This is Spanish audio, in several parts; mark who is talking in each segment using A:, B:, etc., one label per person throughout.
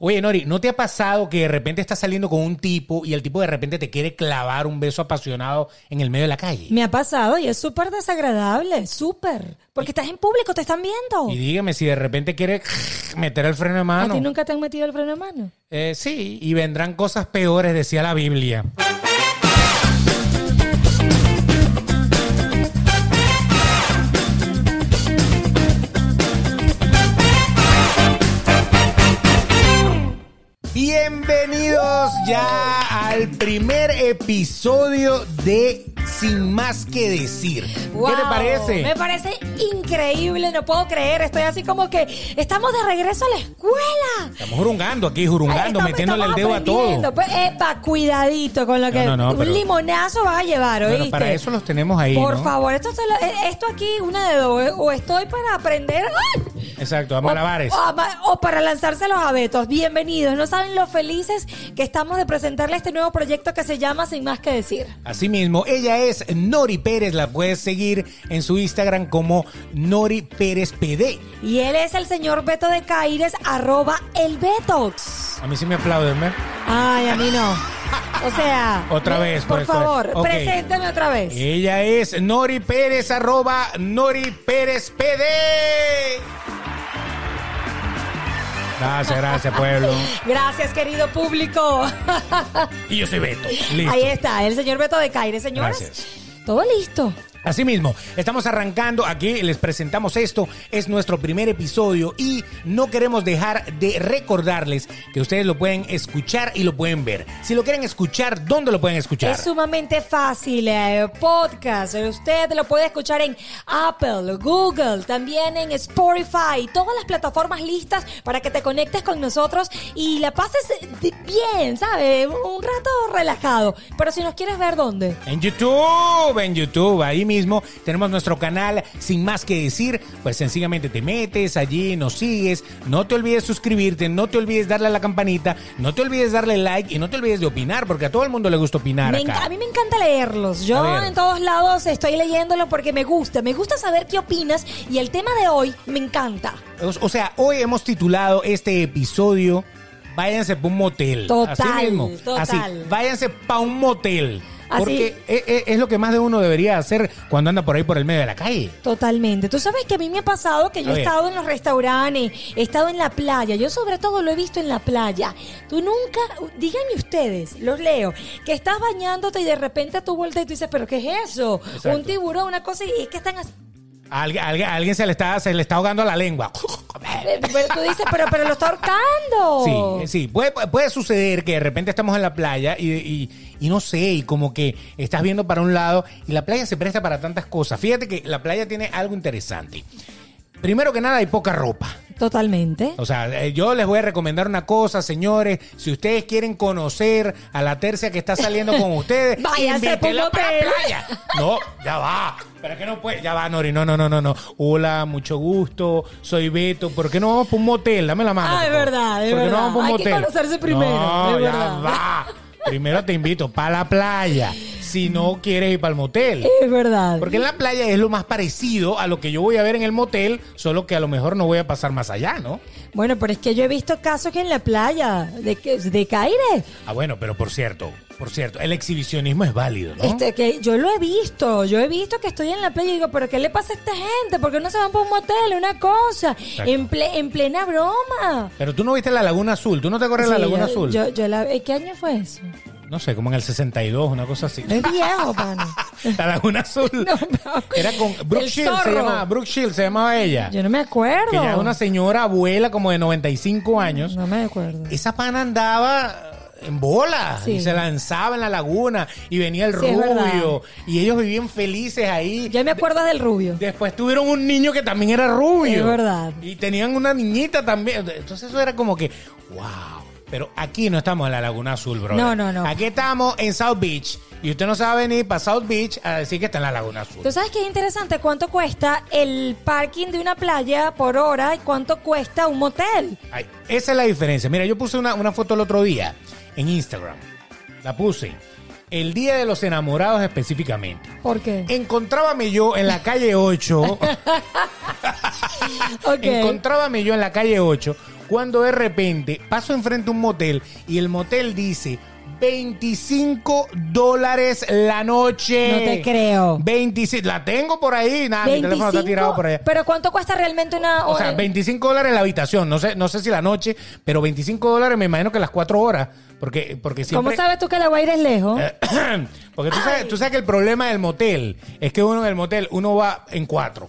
A: Oye, Nori, ¿no te ha pasado que de repente estás saliendo con un tipo y el tipo de repente te quiere clavar un beso apasionado en el medio de la calle?
B: Me ha pasado y es súper desagradable, súper. Porque estás en público, te están viendo.
A: Y dígame si de repente quiere meter el freno de
B: ¿A ti
A: mano.
B: nunca te han metido el freno de mano?
A: Eh, sí, y vendrán cosas peores, decía la Biblia. Bienvenidos ya al primer episodio de Sin más que decir. ¿Qué te
B: Wow,
A: parece?
B: Me parece increíble, no puedo creer. Estoy así como que estamos de regreso a la escuela.
A: Estamos jurungando aquí, jurungando,
B: Ahí estamos-
A: metiéndole el
B: estamos
A: dedo a todo.
B: aprendiendo. Pues, epa, cuidadito con lo que
A: no, no,
B: un
A: pero-
B: limonazo vas a llevar, ¿oíste?
A: Bueno, para eso los tenemos ahí.
B: Por
A: ¿no?
B: favor, esto, se lo- eh, esto aquí, una de dos, eh, o estoy para aprender ¡ah! ¡ay!
A: Exacto, a
B: o-
A: malabares.
B: O, ama- o para lanzarse los abetos. Bienvenidos, no saben lo felices que estamos de presentarle este nuevo proyecto que se llama Sin Más que Decir.
A: Asimismo, ella es Nori Pérez, la puedes seguir en su Instagram como Nori Pérez PD.
B: Y él es el señor Beto de Caires, arroba el Betox.
A: A mí sí me aplauden, ¿eh? ¿ver?
B: Ay, a mí no. O sea.
A: Otra vez,
B: Por
A: pues,
B: favor,
A: ok. Eh.
B: preséntame otra vez.
A: Ella es Nori Pérez, arroba Nori Pérez PD. Gracias, gracias, pueblo.
B: Gracias, querido público.
A: Y yo soy Beto. Listo.
B: Ahí está, el señor Beto de Caires, señores.
A: Gracias.
B: Todo listo.
A: Asimismo, estamos arrancando, aquí les presentamos esto, es nuestro primer episodio y no queremos dejar de recordarles que ustedes lo pueden escuchar y lo pueden ver. Si lo quieren escuchar, ¿dónde lo pueden escuchar?
B: Es sumamente fácil. eh, podcast. eh, Usted lo puede escuchar en Apple, Google, también en Spotify. Todas las plataformas listas para que te conectes con nosotros y la pases de- bien, ¿sabes? Un- Un rato relajado. Pero si nos quieres ver, ¿dónde?
A: En YouTube, en YouTube, ahí mismo tenemos nuestro canal sin más que decir, pues sencillamente te metes allí, nos sigues, no te olvides suscribirte, no te olvides darle a la campanita, no te olvides darle like y no te olvides de opinar, porque a todo el mundo le gusta opinar.
B: Me
A: acá.
B: enca- a mí me encanta leerlos.
A: A
B: Yo
A: ver.
B: en todos lados estoy leyéndolo porque me gusta. Me gusta saber qué opinas y el tema de hoy me encanta.
A: O, o sea, hoy hemos titulado este episodio Váyanse pa' un motel.
B: Total,
A: Así mismo.
B: total.
A: Así, váyanse pa' un motel.
B: Así.
A: Porque e- e- es, lo que más de uno debería hacer cuando anda por ahí por el medio de la calle.
B: Totalmente. Tú sabes que a mí me ha pasado que yo
A: A
B: he
A: ver.
B: estado en los restaurantes, he estado en la playa. Yo sobre todo lo he visto en la playa. Tú nunca, díganme ustedes, los leo, que estás bañándote y de repente tú volteas y tú dices, pero ¿qué es eso?
A: Exacto.
B: Un tiburón, una cosa, y es que están así.
A: Algu- algu- alguien se le está, se le está ahogando la lengua.
B: Pero eh, tú dices, pero, pero lo está ahorcando.
A: Sí, eh, sí. Puede, puede suceder que de repente estamos en la playa y, y- y no sé, y como que estás viendo para un lado y la playa se presta para tantas cosas. Fíjate que la playa tiene algo interesante. Primero que nada, hay poca ropa.
B: Totalmente.
A: O sea, eh, yo les voy a recomendar una cosa, señores. Si ustedes quieren conocer a la tercia que está saliendo con ustedes,
B: Váyanse
A: invítenla
B: por
A: para la
B: hotel.
A: playa. No, ya va. Pero es que no puede. Ya va, Nori. No, no, no, no, no. Hola, mucho gusto. Soy Beto. ¿Por qué no vamos para un motel? Dame la mano.
B: Ah,
A: por
B: es
A: favor.
B: verdad, es
A: ¿Por qué no
B: verdad.
A: vamos para un
B: Hay que
A: motel?
B: conocerse primero,
A: No,
B: es
A: ya
B: verdad.
A: va. Primero te invito para la playa. Si no quieres ir para el motel.
B: Es verdad.
A: Porque en la playa es lo más parecido a lo que yo voy a ver en el motel, solo que a lo mejor no voy a pasar más allá, ¿no?
B: Bueno, pero es que yo he visto casos que en la playa, de, que- de Caire.
A: Ah, bueno, pero por cierto, por cierto, el exhibicionismo es válido, ¿no?
B: Este, que yo lo he visto, yo he visto que estoy en la playa y digo, pero ¿qué le pasa a esta gente? ¿Por qué no se van por un motel? Una cosa,
A: Exacto.
B: en, ple- en plena broma.
A: Pero tú no viste la Laguna Azul, tú no te acuerdas de
B: Sí,
A: la Laguna
B: yo-
A: Azul.
B: Yo, yo la- ¿eh, ¿Qué año fue eso?
A: No sé, como en el 62, una cosa así.
B: Es viejo, pana.
A: la Laguna Azul.
B: No, no.
A: Era con Brooke
B: El
A: Shields, se
B: zorro.
A: llamaba, Brooke Shields se llamaba ella.
B: Yo no me acuerdo.
A: que ya es una señora abuela como de 95 años.
B: No me acuerdo.
A: Esa pana andaba en bola
B: Sí.
A: y se lanzaba en la laguna y venía el
B: Sí, es verdad.
A: rubio y ellos vivían felices ahí.
B: Yo me acuerdo del rubio.
A: Después tuvieron un niño que también era rubio.
B: Es verdad.
A: Y tenían una niñita también. Entonces eso era como que, wow. Pero aquí no estamos en la Laguna Azul, bro.
B: No, no, no.
A: Aquí estamos en South Beach. Y usted no sabe venir para South Beach a decir que está en la Laguna Azul.
B: ¿Tú sabes qué es interesante? ¿Cuánto cuesta el parking de una playa por hora y cuánto cuesta un motel?
A: Ay, esa es la diferencia. Mira, yo puse una, una foto el otro día en Instagram. La puse. El Día de los Enamorados específicamente.
B: ¿Por qué?
A: Encontrábame yo en la calle 8.
B: Ok.
A: Encontrábame yo en la calle 8 cuando de repente paso enfrente a un motel y el motel dice 25 dólares la noche.
B: No te creo.
A: 25, la tengo por ahí. Nada, mi teléfono está tirado por allá.
B: Pero ¿cuánto cuesta realmente una
A: O sea,
B: hora?
A: 25 dólares la habitación. No sé, no sé si la noche, pero 25 dólares me imagino que las 4 horas. Porque, porque
B: ¿Cómo
A: siempre.
B: sabes tú que la Guaira es lejos?
A: Porque tú sabes, tú sabes que el problema del motel es que uno en el motel, uno va en 4.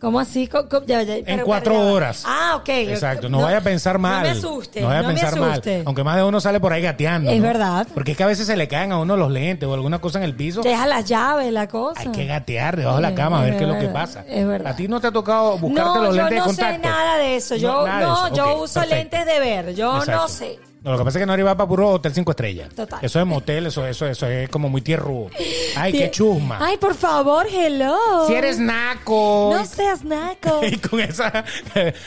B: ¿Cómo así? Co- co- ya, ya, pero-
A: cuatro
B: ya va.
A: horas.
B: Ah, ok.
A: Exacto, no, vaya a pensar mal.
B: No me asuste.
A: No vaya a
B: no
A: pensar
B: me
A: mal.
B: asuste.
A: Aunque más de uno sale por ahí gateando.
B: Es
A: ¿no?
B: verdad.
A: Porque es que a veces se le caen a uno los lentes o alguna cosa en el piso.
B: Deja las llaves, la cosa.
A: Hay que gatear debajo de la
B: Es
A: cama a ver qué es lo que
B: verdad,
A: pasa.
B: es verdad.
A: A ti no te ha tocado buscarte
B: no,
A: los lentes
B: yo
A: de
B: no sé
A: contacto.
B: nada de eso. Yo no,
A: nada de eso.
B: yo
A: Ok,
B: uso
A: perfecto.
B: lentes de ver. Yo
A: Exacto.
B: no sé.
A: No, lo que pasa es que Nori va para puro hotel cinco estrellas.
B: Total.
A: Eso es motel, eso, eso, eso es como muy tierrudo. Ay,
B: Bien.
A: qué chusma.
B: Ay, por favor, hello.
A: Si eres Eh, naco.
B: No seas naco.
A: Y con esa,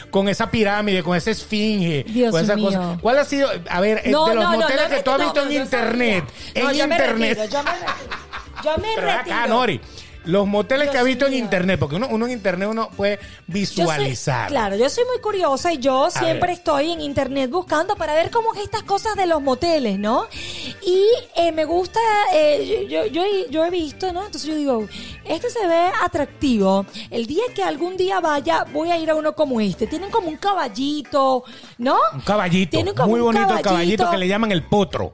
A: con esa pirámide, con esa esfinge,
B: Dios
A: con esa
B: mío.
A: ¿Cuál ha sido, a ver, eh,
B: No,
A: de los
B: no, no,
A: moteles
B: no,
A: que tú has
B: no,
A: visto en
B: no, no,
A: internet?
B: no, no,
A: en
B: yo me
A: internet.
B: retiro, yo me retiro. Yo me
A: Pero ven
B: retiro.
A: acá, Nori. Los moteles que
B: Dios
A: has visto en
B: mío.
A: internet, porque uno, uno en internet uno puede
B: Yo soy-
A: visualizar.
B: claro, yo soy muy curiosa y yo siempre
A: ver.
B: estoy en internet buscando para ver cómo es estas cosas de los moteles, ¿no? Y eh, me gusta, eh, yo, yo- yo he- yo he visto, ¿no? Entonces yo digo, este se ve atractivo. El día que algún día vaya, voy a ir a uno como este. Tienen como un caballito, ¿no?
A: Un caballito.
B: Tienen como
A: Muy
B: un
A: bonito el caballito que le llaman el potro.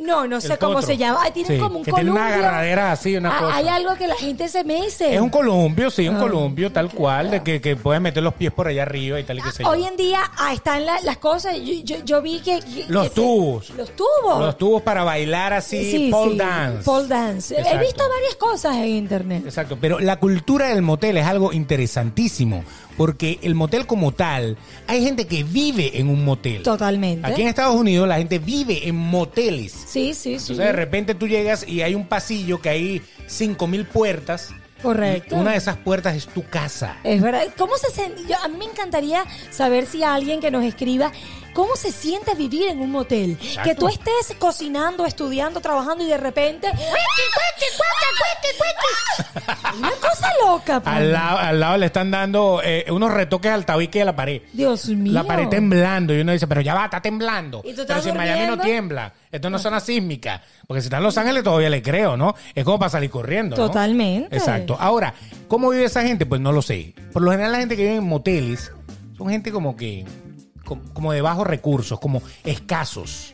B: No, no sé
A: El
B: cómo
A: potro.
B: se llama. Ay, tienen
A: Sí,
B: como un
A: que tiene una
B: columpio.
A: agarradera así, una
B: Ah,
A: cosa.
B: Hay algo que la gente se mece.
A: Es un columpio, sí, un
B: Ah,
A: columpio tal cual, de que, que puedes meter los pies por allá arriba y tal y qué sé yo.
B: Hoy en día ah, están la- las cosas. Yo, yo- yo vi que. que-
A: Los
B: que se-
A: tubos.
B: los tubos.
A: Los tubos para bailar así,
B: Sí,
A: pole
B: sí,
A: dance.
B: Pole dance. He
A: Exacto.
B: visto varias cosas en internet.
A: Exacto, pero la cultura del motel es algo interesantísimo, porque el motel como tal, hay gente que vive en un motel.
B: Totalmente.
A: Aquí en Estados Unidos la gente vive en moteles.
B: Sí, sí, sí.
A: Entonces de repente tú llegas y hay un pasillo que hay 5000 puertas.
B: Correcto.
A: Y Una de esas puertas es tu casa.
B: Es verdad. ¿Cómo se sen- yo- A mí me encantaría saber si alguien que nos escriba cómo se siente vivir en un motel.
A: Exacto.
B: Que tú estés cocinando, estudiando, trabajando y de repente. Una cosa loca, pues.
A: Al lado, al lado le están dando eh, unos retoques al tabique de la pared.
B: Dios mío.
A: La pared temblando y uno dice, pero ya va, está temblando.
B: Y tú
A: pero
B: estás
A: si en Miami no
B: durmiendo.
A: tiembla, esto no es zona sísmica. Porque si está en Los Ángeles todavía le creo, ¿no? Es como para salir corriendo. ¿no?
B: Totalmente.
A: Exacto. Ahora, ¿cómo vive esa gente? Pues no lo sé. Por lo general la gente que vive en moteles son gente como que, como, como de bajos recursos, como escasos.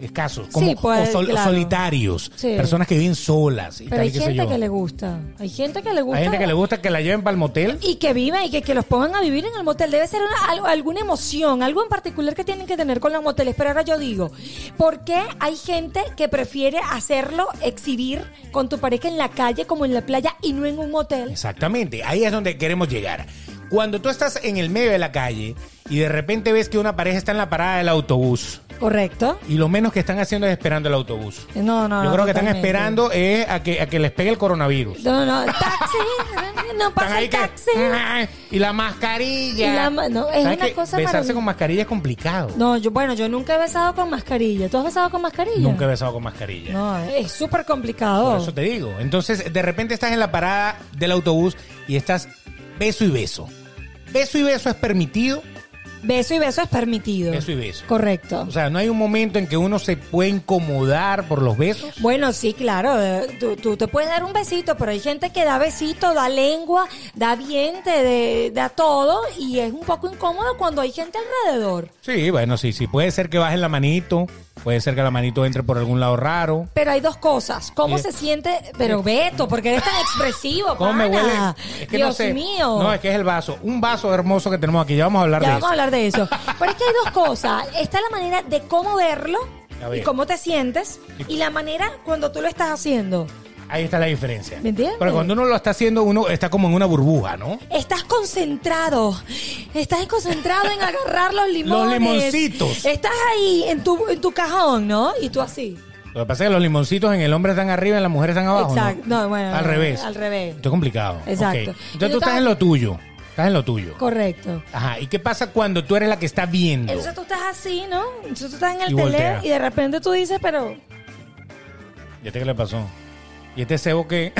A: Escasos, como
B: Sí, pues,
A: o sol- o
B: claro.
A: solitarios,
B: Sí.
A: personas que viven solas. Y
B: Pero
A: tal,
B: hay
A: y qué sé
B: gente
A: yo.
B: que le gusta. Hay gente que le gusta.
A: Hay gente que le gusta que la lleven para el motel.
B: Y que viva y que, que los pongan a vivir en el motel. Debe ser una- algo- alguna emoción, algo en particular que tienen que tener con los moteles. Pero ahora yo digo, ¿por qué hay gente que prefiere hacerlo, exhibir con tu pareja en la calle como en la playa y no en un motel?
A: Exactamente, ahí es donde queremos llegar. Cuando tú estás en el medio de la calle y de repente ves que una pareja está en la parada del autobús
B: ¿Correcto?
A: y lo menos que están haciendo es esperando el autobús.
B: No, no.
A: Yo creo que están
B: Ah, totalmente.
A: esperando es a que, a que les pegue el coronavirus.
B: No, no, taxi. No
A: Están
B: pasa
A: ahí
B: el
A: que,
B: taxi.
A: "Ay, y la mascarilla.
B: Y la ma- no, es
A: ¿Sabes
B: una
A: que
B: cosa
A: Besarse
B: maravillosa.
A: con mascarilla es complicado.
B: No, yo, bueno, yo nunca he besado con mascarilla. ¿Tú has besado con mascarilla?
A: Nunca he besado con mascarilla.
B: No, es súper complicado.
A: Por eso te digo. Entonces, de repente estás en la parada del autobús y estás beso y beso. Beso y beso es permitido.
B: Beso y beso es permitido.
A: Beso y beso.
B: Correcto.
A: O sea, no hay un momento en que uno se puede incomodar por los besos.
B: Bueno, sí, claro, eh, tú, tú te puedes dar un besito, pero hay gente que da besito, da lengua, da diente, de- da todo y es un poco incómodo cuando hay gente alrededor.
A: Sí, bueno, sí, sí. Puede ser que bajen la manito, puede ser que la manito entre por algún lado raro.
B: Pero hay dos cosas, cómo
A: Sí.
B: se siente, pero Beto, porque eres tan expresivo,
A: ¿Cómo me
B: pana?
A: huele? Es que
B: Dios
A: no sé.
B: mío.
A: No, es que es el vaso. Un vaso hermoso que tenemos aquí. Ya vamos a hablar
B: Ya
A: de
B: vamos
A: eso.
B: a hablar de eso. Pero es que hay dos cosas. Está la manera de cómo verlo
A: A ver.
B: y cómo te sientes y la manera cuando tú lo estás haciendo.
A: Ahí está la diferencia.
B: ¿Me entiendes?
A: Pero cuando uno lo está haciendo, uno está como en una burbuja, ¿no?
B: Estás concentrado. Estás concentrado en agarrar los limones.
A: Los limoncitos.
B: Estás ahí en tu, en tu cajón, ¿no? Y tú así.
A: Lo que pasa es que los limoncitos en el hombre están arriba y en la mujer están abajo. ¿no?
B: Exacto. No, bueno,
A: al
B: no,
A: revés.
B: al revés.
A: Esto es complicado.
B: Exacto.
A: Ok. Entonces
B: Y tú
A: tú estás
B: estás-
A: en lo tuyo. Estás en lo tuyo.
B: Correcto.
A: Ajá. ¿Y qué pasa cuando tú eres la que está viendo?
B: Entonces tú estás así, ¿no? Entonces tú estás en el
A: Y
B: teléfono
A: voltea.
B: y de repente tú dices, pero
A: ¿Ya te qué le este pasó? ¿Y este cebo qué?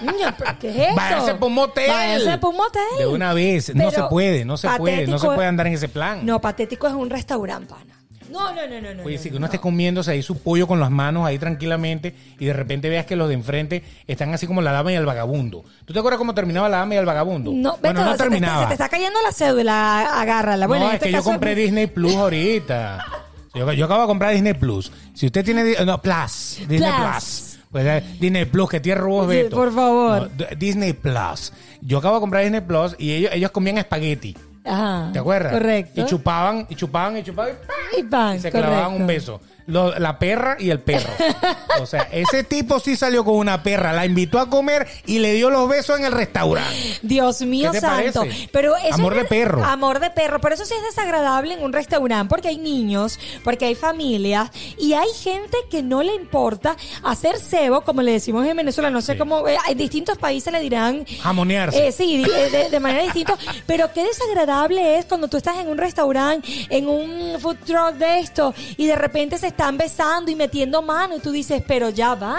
B: Niño, ¿pero ¿Qué es esto?
A: Váyanse pa' un motel.
B: Váyanse pa' un motel.
A: De una vez. no se
B: Pero
A: puede, no se puede. No se
B: patético-
A: puede andar en ese plan.
B: No, patético es un restaurante, pana. No, no, no, no, no.
A: Oye,
B: no,
A: si
B: no,
A: uno esté
B: no.
A: comiéndose ahí su pollo con las manos ahí tranquilamente y de repente veas que los de enfrente están así como la dama y el vagabundo. ¿Tú te acuerdas cómo terminaba la dama y el vagabundo?
B: No,
A: bueno, no
B: Beto, se te está-
A: terminaba.
B: se te está cayendo la cédula, agárrala. Bueno,
A: no,
B: en
A: es
B: este
A: que yo
B: caso-
A: compré Disney Plus ahorita. Yo, yo acabo de comprar Disney Plus. Si usted tiene. di- No, Plus. Disney
B: Plus.
A: Plus. Pues, eh, Disney Plus, que tiene robos
B: Sí,
A: Beto.
B: por favor.
A: No, d- Disney Plus. Yo acabo de comprar Disney Plus y ellos, ellos comían espagueti.
B: Ajá,
A: ¿Te acuerdas?
B: Correcto.
A: Y chupaban, y chupaban, y chupaban. y ¡pam!
B: Y pan,
A: Y se
B: correcto.
A: clavaban un beso. Lo- la perra y el perro. O sea, ese tipo sí salió con una perra. La invitó a comer y le dio los besos en el restaurante.
B: Dios mío
A: ¿Qué te
B: santo.
A: parece?
B: Pero eso
A: Amor
B: es-
A: de perro.
B: Amor de perro. Pero eso sí es desagradable en un restaurante porque hay niños, porque hay familias y hay gente que no le importa hacer cebo, como le decimos en Venezuela. No sé
A: Sí.
B: cómo. eh, en distintos países le dirán.
A: Jamonearse.
B: Eh, sí, di- eh, de, de manera distinta. Pero qué desagradable es cuando tú estás en un restaurante, en un food truck de esto, y de repente se están besando y metiendo mano, y tú dices, pero ya va.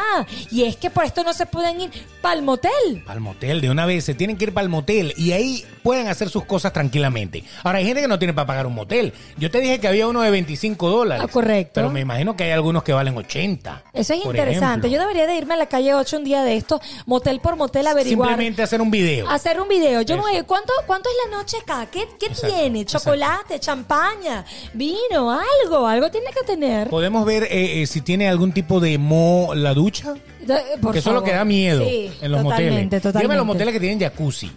B: Y es que por esto no se pueden ir para el motel.
A: Al motel, de una vez, se tienen que ir para el motel y ahí pueden hacer sus cosas tranquilamente. Ahora, hay gente que no tiene para pagar un motel. Yo te dije que había uno de 25 dólares.
B: Ah, correcto.
A: Pero me imagino que hay algunos que valen 80.
B: Eso es
A: por
B: interesante.
A: ejemplo.
B: Yo debería de irme a la calle 8 un día de esto, motel por motel, averiguar. Ah,
A: Simplemente hacer un video.
B: Hacer un video. Yo me
A: Eso.
B: voy, ¿cuánto, ¿cuánto es la noche acá? ¿Qué, qué
A: Exacto,
B: tiene?
A: exacto.
B: ¿Chocolate, champaña, vino, algo? Algo tiene que tener.
A: Podemos ver eh, eh, si tiene algún tipo de mo la ducha.
B: Eh, por
A: Porque eso es lo
B: favor.
A: que da miedo
B: Sí,
A: en los moteles.
B: totalmente,
A: Dígame
B: totalmente.
A: los moteles que tienen jacuzzi.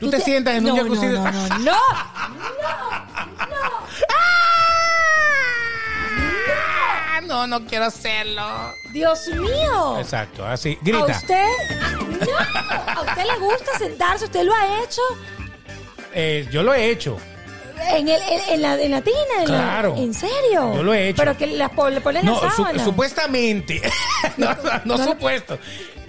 A: Tú, te, sientas en un
B: No,
A: jacuzzi.
B: No, no, no, no, no.
A: ¡Ah! no, no quiero hacerlo.
B: Dios mío.
A: Exacto, así.
B: ¿A
A: Grita.
B: usted? No. ¿A usted le gusta sentarse? ¿Usted lo ha hecho?
A: Eh, yo lo he hecho.
B: En, el, en, en la, en la tina. en la-
A: Claro.
B: ¿En serio?
A: Yo lo he hecho.
B: Pero que la, pon- le ponen
A: No,
B: la
A: su-
B: sábana.
A: supuestamente. no, no, no
B: no lo-
A: supuesto.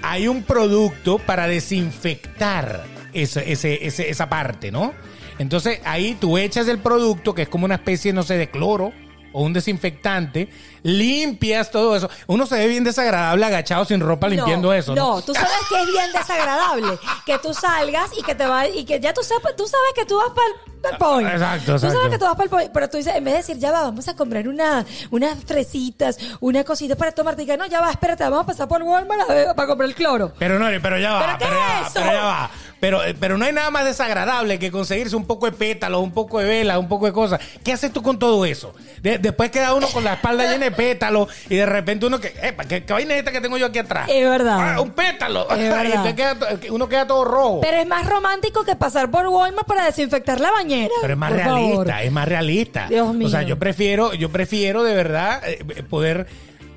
A: Hay un producto para desinfectar ese- ese- ese- esa parte, ¿no? Entonces ahí tú echas el producto, que es como una especie, no sé, de cloro o un desinfectante, limpias todo eso. Uno se ve bien desagradable agachado sin ropa limpiando
B: No,
A: eso.
B: No,
A: ¿no?
B: tú sabes que es bien desagradable que tú salgas y que te va y que ya tú sepas, tú sabes que tú vas para el pollo.
A: Ah, Exacto,
B: Tú sabes
A: exacto.
B: que tú vas para el pollo, pero tú dices, en vez de decir, ya va, vamos a comprar una, unas fresitas, una cosita para tomar, te diga, no, ya va, espérate, vamos a pasar por Walmart a ver, para comprar el cloro.
A: Pero no, pero ya va.
B: ¿Pero qué
A: ya,
B: es
A: va, pero
B: eso?
A: ya va. Pero, eh, pero no hay nada más desagradable que conseguirse un poco de pétalos, un poco de vela, un poco de cosas. ¿Qué haces tú con todo eso? De- después queda uno con la espalda llena de pétalos y de repente uno que, epa, ¿qué, qué vaina es esta que tengo yo aquí atrás?
B: Es verdad.
A: Ah, un pétalo.
B: Es verdad.
A: Y usted queda to- eh, uno queda todo rojo. Pero,
B: Pero es más romántico que pasar por Walmart para desinfectar la bañera.
A: es más
B: por
A: realista, eh,
B: favor.
A: es más realista.
B: Dios
A: O sea,
B: mío.
A: yo prefiero, yo prefiero de verdad eh, poder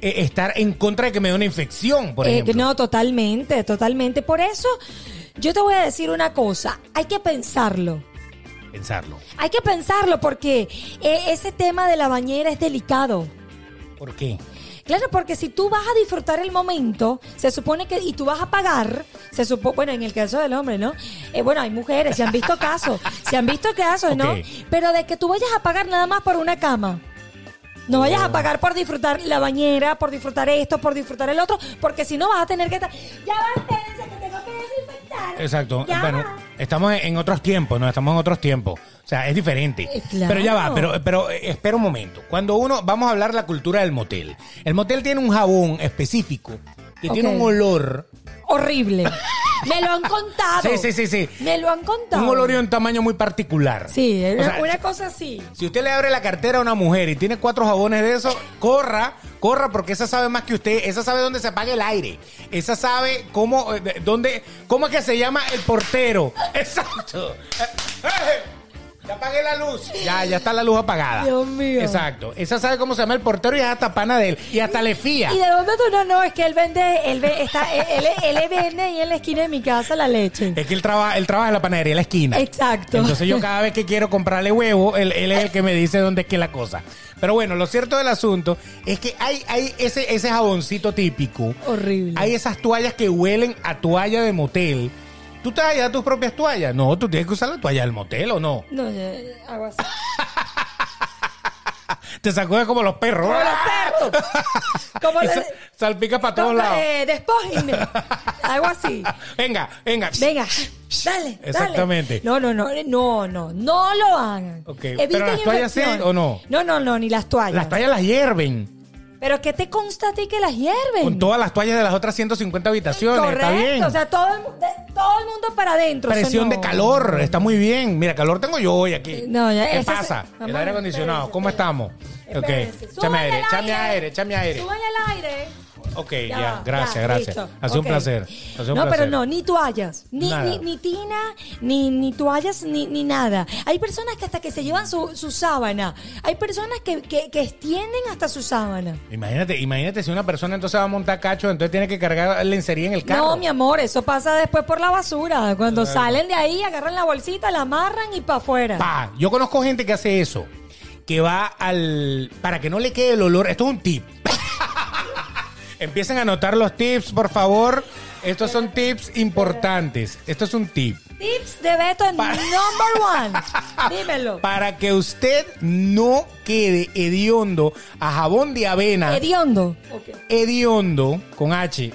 A: eh, estar en contra de que me dé una infección, por
B: Eh,
A: ejemplo.
B: no, totalmente, totalmente. Por eso, yo te voy a decir una cosa, hay que pensarlo.
A: Pensarlo.
B: Hay que pensarlo porque eh, ese tema de la bañera es delicado.
A: ¿Por qué?
B: Claro, porque si tú vas a disfrutar el momento, se supone que, y tú vas a pagar, se supone, bueno, en el caso del hombre, ¿no? Eh, bueno, hay mujeres, se han visto casos, se han visto casos, ¿no?
A: Ok.
B: Pero de que tú vayas a pagar nada más por una cama. No vayas
A: Oh.
B: a pagar por disfrutar la bañera, por disfrutar esto, por disfrutar el otro, porque si no vas a tener que... ta- Ya va, espérense, que tengo que desinfectar.
A: Exacto.
B: Ya
A: bueno,
B: va.
A: estamos en otros tiempos, ¿no? Estamos en otros tiempos. O sea, es diferente.
B: Eh, claro.
A: Pero ya va, pero, pero eh, espera un momento. Cuando uno, vamos a hablar de la cultura del motel. El motel tiene un jabón específico que
B: Ok.
A: tiene un olor.
B: Horrible. Me lo han contado.
A: Sí, sí, sí, sí.
B: Me lo han contado.
A: Un olor y un tamaño muy particular.
B: Sí,
A: O
B: una,
A: sea,
B: una cosa así.
A: Si usted le abre la cartera a una mujer y tiene cuatro jabones de eso, corra, corra, porque esa sabe más que usted, esa sabe dónde se apaga el aire, esa sabe cómo, eh, de- dónde, cómo es que se llama el portero. Exacto. Eh, eh, Ya apagué la luz. Ya, ya está la luz apagada.
B: Dios mío.
A: Exacto. Esa sabe cómo se llama el portero y es hasta pana de él. Y hasta le fía.
B: ¿Y de dónde tú no? No, es que él vende, él, ve- está, él, él- él vende ahí en la esquina de mi casa la leche.
A: Es que él trabaja, él trabaja en la panadería, en la esquina.
B: Exacto.
A: Entonces yo cada vez que quiero comprarle huevo, él, él es el que me dice dónde es que es la cosa. Pero bueno, lo cierto del asunto es que hay, hay ese, ese jaboncito típico.
B: Horrible.
A: Hay esas toallas que huelen a toalla de motel. ¿Tú te vas a llevar tus propias toallas? No, tú tienes que usar la toalla del motel o no.
B: No, yo- hago así.
A: te sacudes como los perros.
B: Como los perros. Como
A: Y
B: los-
A: sa- salpica para todos
B: Como,
A: lados.
B: eh, despójenme. Algo así.
A: Venga, venga.
B: Venga, dale, dale.
A: Exactamente.
B: No, no, no, eh, no, no, no lo hagan.
A: Ok, pero las toallas sí
B: infecciones.
A: o no?
B: No, no, no, ni las toallas.
A: Las toallas las hierven.
B: Pero ¿qué te consta a ti que las hierven?
A: Con todas las toallas de las otras 150 habitaciones.
B: Correcto,
A: Está bien.
B: o sea, todo el, mu- de- todo el mundo para adentro. eso
A: Presión
B: no. Eh,
A: de calor, está muy bien. Mira, calor tengo yo hoy aquí.
B: No, ya,
A: ¿Qué
B: esa
A: pasa?
B: se-
A: El
B: Mamá,
A: aire acondicionado,
B: espérense,
A: ¿cómo estamos?
B: Espérense.
A: Ok, échame
B: Súbanle
A: aire,
B: al
A: échame aire, échame aire.
B: Súbanle al aire.
A: Ok,
B: Ya,
A: ya,
B: va,
A: gracias,
B: ya,
A: gracias.
B: listo.
A: Ha sido un
B: Ok.
A: placer. ha sido un
B: no,
A: placer.
B: pero no, ni toallas, ni,
A: Nada.
B: ni, ni tina, ni, ni toallas, ni, ni nada. Hay personas que hasta que se llevan su, su sábana. Hay personas que, que, que extienden hasta su sábana.
A: Imagínate, imagínate si una persona entonces va a montar cacho, entonces tiene que cargar lencería en el carro.
B: No, mi amor, eso pasa después por la basura. Cuando salen de ahí, agarran la bolsita, la amarran y para afuera.
A: Pa, yo conozco gente que hace eso, que va al para que no le quede el olor. Esto es un tip. Empiecen a anotar los tips, por favor. Estos son tips importantes. Esto es un tip.
B: Tips de Beto
A: Pa-
B: number one. Dímelo.
A: Para que usted no quede hediondo a jabón de avena,
B: Hediondo.
A: hediondo con H,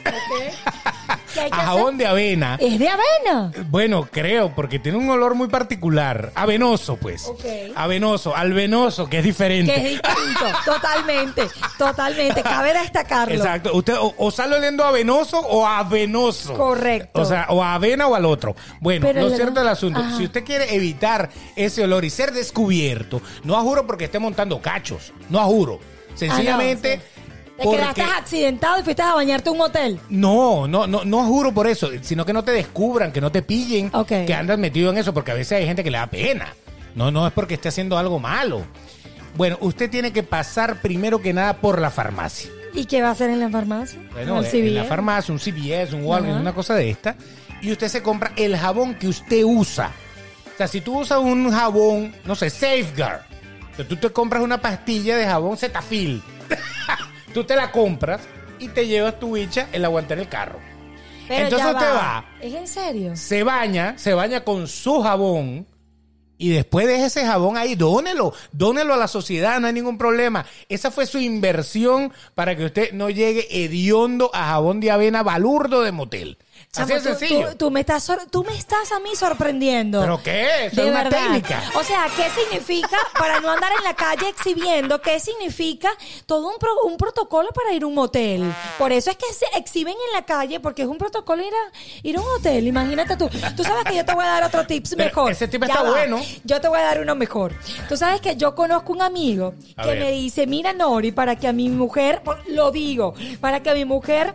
B: ¿Qué hay que
A: a jabón de avena.
B: hacer? Es de avena.
A: Bueno, creo, porque tiene un olor muy particular. Avenoso, pues.
B: Ok.
A: Avenoso, al venoso, que es diferente.
B: Que es distinto. totalmente. Totalmente. Cabe destacarlo.
A: Exacto. Usted o, o sale oliendo a venoso o a venoso.
B: Correcto.
A: O sea, o a avena o al otro. Bueno,
B: Pero
A: lo
B: el
A: cierto
B: olor-
A: del asunto,
B: Ajá.
A: si usted quiere evitar ese olor y ser descubierto, no a juro porque esté montando cachos, no a juro.
B: Ah,
A: Sencillamente
B: Te
A: porque
B: quedaste accidentado y fuiste a bañarte a un hotel.
A: no, no, no, no juro por eso, sino que no te descubran, que no te pillen,
B: Ok.
A: que andas metido en eso, porque a veces hay gente que le da pena. No, no es porque esté haciendo algo malo. Bueno, usted tiene que pasar primero que nada por la farmacia.
B: ¿Y qué va a hacer en la farmacia?
A: Bueno,
B: ¿Al
A: en
B: CVS?
A: la farmacia, un CVS, un Walgreens,
B: Ajá.
A: una cosa de esta, y usted se compra el jabón que usted usa. O sea, si tú usas un jabón, no sé, Safeguard, que tú te compras una pastilla de jabón Cetaphil, tú te la compras y te llevas tu bicha el aguantar el carro.
B: Pero
A: Entonces
B: ya
A: usted va.
B: ¿Es en serio?
A: Se baña, se baña con su jabón y después deja ese jabón ahí, dónelo, dónelo a la sociedad, no hay ningún problema. Esa fue su inversión para que usted no llegue hediondo a jabón de avena balurdo de motel. Así
B: Chamo,
A: de
B: tú-
A: sencillo.
B: Tú, tú me estás sor- tú me estás a mí sorprendiendo.
A: ¿Pero qué? Eso
B: de
A: es una
B: verdad.
A: técnica.
B: O sea, ¿qué significa para no andar en la calle exhibiendo? ¿Qué significa todo un, pro- un protocolo para ir a un hotel? Por eso es que se exhiben en la calle, porque es un protocolo ir a, ir a un hotel. Imagínate tú. Tú sabes que yo te voy a dar otro tips
A: Pero
B: mejor.
A: ese tip
B: Ya
A: está
B: va.
A: bueno.
B: Yo te voy a dar uno mejor. Tú sabes que yo conozco un amigo
A: A
B: que
A: ver.
B: me dice, mira Nori, para que a mi mujer, lo digo, para que a mi mujer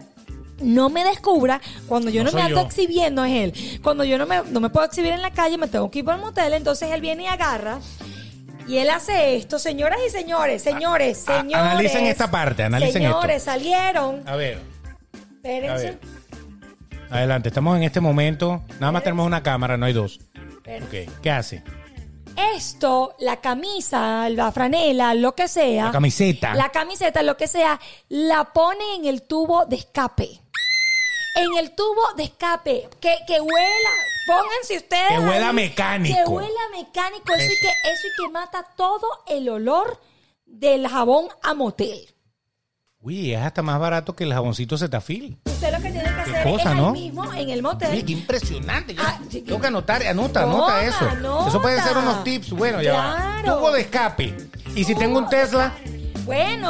B: no me descubra cuando yo
A: No
B: no, me
A: soy
B: ando
A: yo.
B: exhibiendo es él. Cuando yo no me, no me puedo exhibir en la calle, me tengo que ir para el motel, entonces él viene y agarra. Y él hace esto, señoras y señores, señores,
A: A- a-
B: señores.
A: analicen esta parte, analicen esto.
B: Señores, salieron.
A: A ver, a
B: Espérense.
A: ver. Adelante, estamos en este momento. Nada más tenemos una cámara, no hay dos.
B: espérense.
A: Ok, ¿qué hace?
B: Esto, la camisa, la franela, lo que sea.
A: La camiseta.
B: Ah. La camiseta, lo que sea, la pone en el tubo de escape. En el tubo de escape. Que, que huela. Pónganse ustedes.
A: Que huela
B: ahí,
A: mecánico.
B: Que huela mecánico. Eso, Y que, eso y que mata todo el olor del jabón a motel.
A: Uy, es hasta más barato que el jaboncito Cetaphil.
B: Usted lo que tiene que
A: Qué
B: hacer
A: cosa,
B: es
A: ¿no?
B: ahí mismo en el
A: Oye,
B: motel.
A: qué impresionante. Yo
B: Ah, sí,
A: tengo que anotar, anota,
B: Toma,
A: anota eso.
B: anota.
A: Eso pueden ser unos tips. Bueno, ya va.
B: Claro.
A: Tubo de escape. Y si
B: Tubo
A: tengo un
B: de
A: Tesla,
B: Bueno,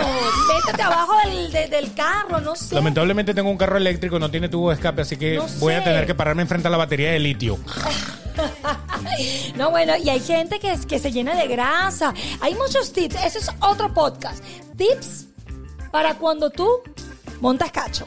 B: métete abajo del, de- del carro, no sé.
A: lamentablemente tengo un carro eléctrico, no tiene tubo de escape, así que
B: No
A: voy a
B: sé.
A: tener que pararme enfrente a la batería de litio.
B: No, bueno, y hay gente que, es- que se llena de grasa. Hay muchos tips. Eso es otro podcast. Tips para cuando tú montas cacho.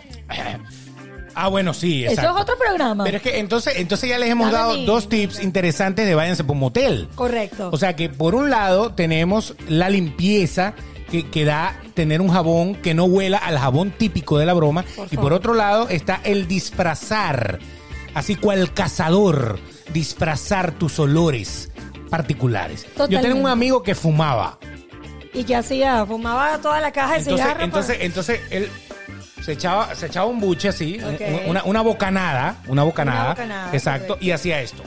A: Ah, bueno, sí,
B: Eso
A: exacto.
B: es otro programa.
A: Pero es que entonces, entonces ya les hemos
B: Dame
A: dado
B: mi-
A: dos tips interesantes de váyanse por motel.
B: Correcto.
A: O sea que por un lado tenemos la limpieza que, que da tener un jabón que no huela al jabón típico de la broma.
B: Por
A: y por
B: favor.
A: otro lado está el disfrazar, así cual cazador, disfrazar tus olores particulares. Yo tenía un
B: Totalmente.
A: amigo que fumaba.
B: ¿Y qué hacía? Fumaba toda la caja de
A: Entonces,
B: cigarros.
A: entonces, entonces él se echaba, se echaba un buche así,
B: Ok.
A: un- una, una bocanada, una bocanada.
B: Una bocanada,
A: exacto,
B: correcto.
A: y hacía esto.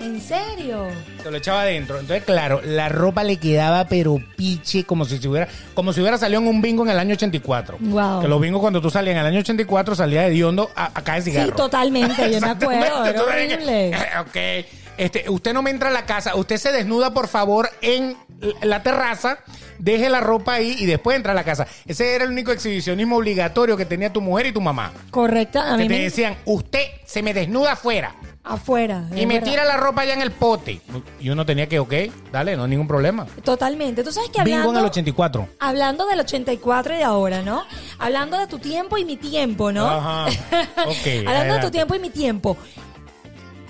B: ¿En serio?
A: Se lo echaba adentro. Entonces, claro, la ropa le quedaba pero piche, como si se hubiera, como si hubiera salido en un bingo en el año 84.
B: Wow.
A: Que los bingos cuando tú salías en el año 84 salía de diondo a, acá de cigarro.
B: Sí, totalmente, yo me acuerdo.
A: Exactamente, eh,
B: Era
A: tú sabes
B: horrible.
A: que- ok. Este, usted no me entra a la casa, usted se desnuda por favor en la terraza, deje la ropa ahí y después entra a la casa. Ese era el único exhibicionismo obligatorio que tenía tu mujer y tu mamá.
B: Correcta, a
A: Que
B: mí
A: te
B: me...
A: decían, usted se me desnuda afuera
B: Afuera. es
A: y me
B: verdad.
A: tira la ropa allá en el pote. Y uno tenía que, ok, dale, no hay ningún problema.
B: Totalmente. Tú sabes que hablando...
A: Bingo en el 84.
B: Hablando del 84 y de ahora, ¿no? Hablando de tu tiempo y mi tiempo, ¿no?
A: Ajá. Ok,
B: hablando de
A: adelante.
B: tu tiempo y mi tiempo.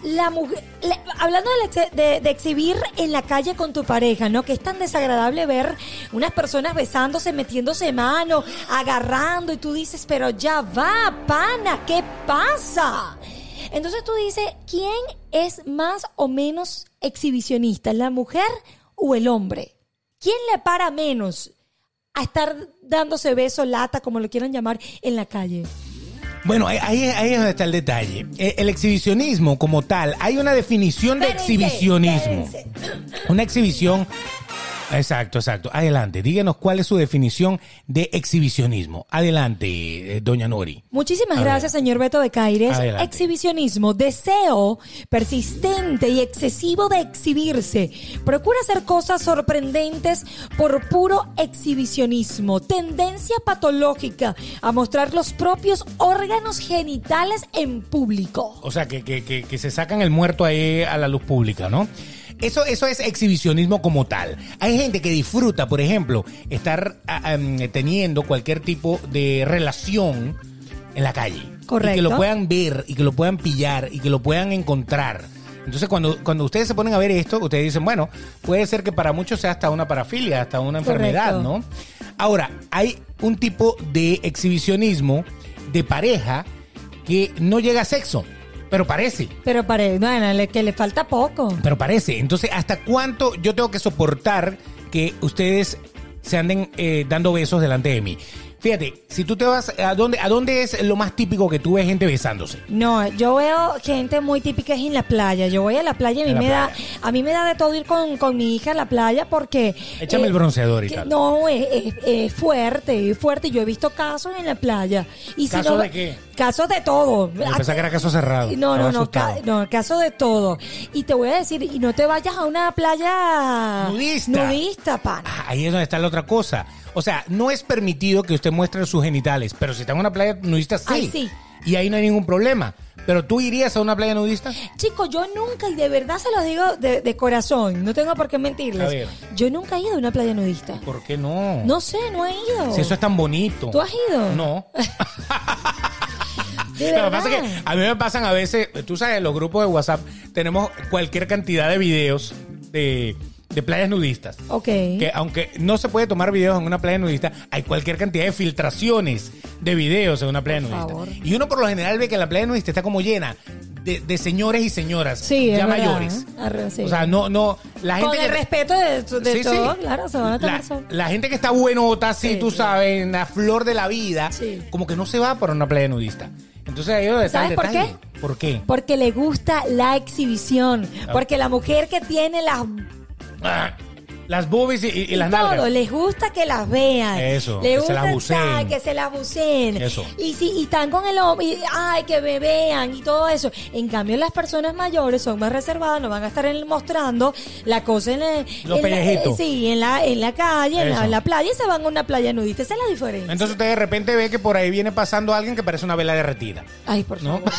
B: La mujer, la- hablando del exe- de, de exhibir en la calle con tu pareja, ¿no? Que es tan desagradable ver unas personas besándose, metiéndose mano, agarrando y tú dices, pero ya va, pana, ¿qué pasa? Entonces tú dices, ¿quién es más o menos exhibicionista, la mujer o el hombre? ¿Quién le para menos a estar dándose besos, lata, como lo quieran llamar, en la calle?
A: Bueno, ahí, ahí- ahí es donde está el detalle. Eh, El exhibicionismo como tal, hay una definición de
B: Espérense,
A: exhibicionismo.
B: espérense.
A: Una exhibición... Exacto, exacto. Adelante, díganos cuál es su definición de exhibicionismo. Adelante, eh, doña Nori.
B: Muchísimas
A: Adelante.
B: gracias, señor Beto de Caires.
A: Adelante.
B: Exhibicionismo, deseo persistente y excesivo de exhibirse. Procura hacer cosas sorprendentes por puro exhibicionismo. Tendencia patológica a mostrar los propios órganos genitales en público.
A: O sea, que, que- que- que se sacan el muerto ahí a la luz pública, ¿no? Eso, eso es exhibicionismo como tal. Hay gente que disfruta, por ejemplo, estar ah, am, teniendo cualquier tipo de relación en la calle.
B: Correcto.
A: Y que lo puedan ver, y que lo puedan pillar, y que lo puedan encontrar. Entonces, cuando, cuando ustedes se ponen a ver esto, ustedes dicen, bueno, puede ser que para muchos sea hasta una parafilia, hasta una enfermedad,
B: Correcto.
A: ¿no? ¿no? Ahora, hay un tipo de exhibicionismo de pareja que no llega a sexo, pero parece.
B: Pero parece, bueno, le- que le falta poco.
A: Pero parece. Entonces, ¿hasta cuánto yo tengo que soportar que ustedes se anden eh, dando besos delante de mí? Fíjate, si tú te vas, ¿a dónde, ¿a dónde es lo más típico que tú ves gente besándose?
B: No, yo veo gente muy típica es en la playa. Yo voy a la playa y a mí
A: En la
B: me da,
A: playa.
B: a mí me da de todo ir con, con mi hija a la playa porque
A: Échame el bronceador y
B: Eh, que-
A: tal.
B: No, es, es- es fuerte, es fuerte. Yo he visto casos en la playa. Y si
A: ¿Casos
B: no-
A: de qué?
B: Casos de todo. Ah,
A: Yo pensaba que era caso cerrado.
B: No,
A: Estaba
B: no, no,
A: asustado.
B: ca- no, caso de todo. Y te voy a decir, y no te vayas a una playa
A: Nudista.
B: nudista, pana.
A: Ah, Ahí es donde está la otra cosa. O sea, no es permitido que usted muestre sus genitales, pero si está en una playa nudista, sí.
B: Ay, sí.
A: Y ahí no hay ningún problema. Pero tú irías a una playa nudista.
B: Chicos, yo nunca, y de verdad se los digo de, de corazón, no tengo por qué mentirles.
A: A ver.
B: Yo nunca he ido a una playa nudista.
A: ¿Por qué no?
B: No sé, no he ido.
A: Si eso es tan bonito.
B: ¿Tú has ido?
A: No.
B: De
A: Lo que
B: verdad.
A: pasa es que a mí me pasan a veces, tú sabes, los grupos de WhatsApp tenemos cualquier cantidad de videos de, de playas nudistas.
B: Ok.
A: Que aunque no se puede tomar videos en una playa nudista, hay cualquier cantidad de filtraciones de videos en una playa
B: Por
A: nudista.
B: favor.
A: Y uno por lo general ve que la playa nudista está como llena de, de señores y señoras
B: Sí, es
A: ya
B: verdad.
A: mayores.
B: Arre, sí.
A: O sea, no, no, la gente
B: Con el
A: que-
B: respeto de, de
A: Sí, sí.
B: todo, claro, se van a tomar
A: la,
B: sol.
A: la gente que está buenota, sí,
B: Sí,
A: tú
B: sí.
A: sabes, en la flor de la vida,
B: Sí.
A: como que no se va para una playa nudista. Entonces ahí es donde está el
B: ¿Sabes por
A: detalle. ¿Por qué?
B: Porque le gusta la exhibición. Porque la mujer que tiene las.
A: Ah, Las boobies y, y- y las
B: todo,
A: nalgas.
B: les gusta que las vean.
A: Eso,
B: Le
A: que se las
B: gusta,
A: buceen.
B: ay, que se las buceen.
A: Eso.
B: Y, si, y están con el hombre, y, ay, que me vean y todo eso. En cambio, las personas mayores son más reservadas, no van a estar en- mostrando la cosa en, el-
A: Los
B: en la- eh,
A: pellejitos.
B: sí, en la, en la calle, en
A: Eso.
B: la, en la playa, y se van a una playa nudista. Esa es la diferencia.
A: Entonces usted de repente ve que por ahí viene pasando alguien que parece una vela derretida.
B: ay, por
A: ¿No?
B: favor.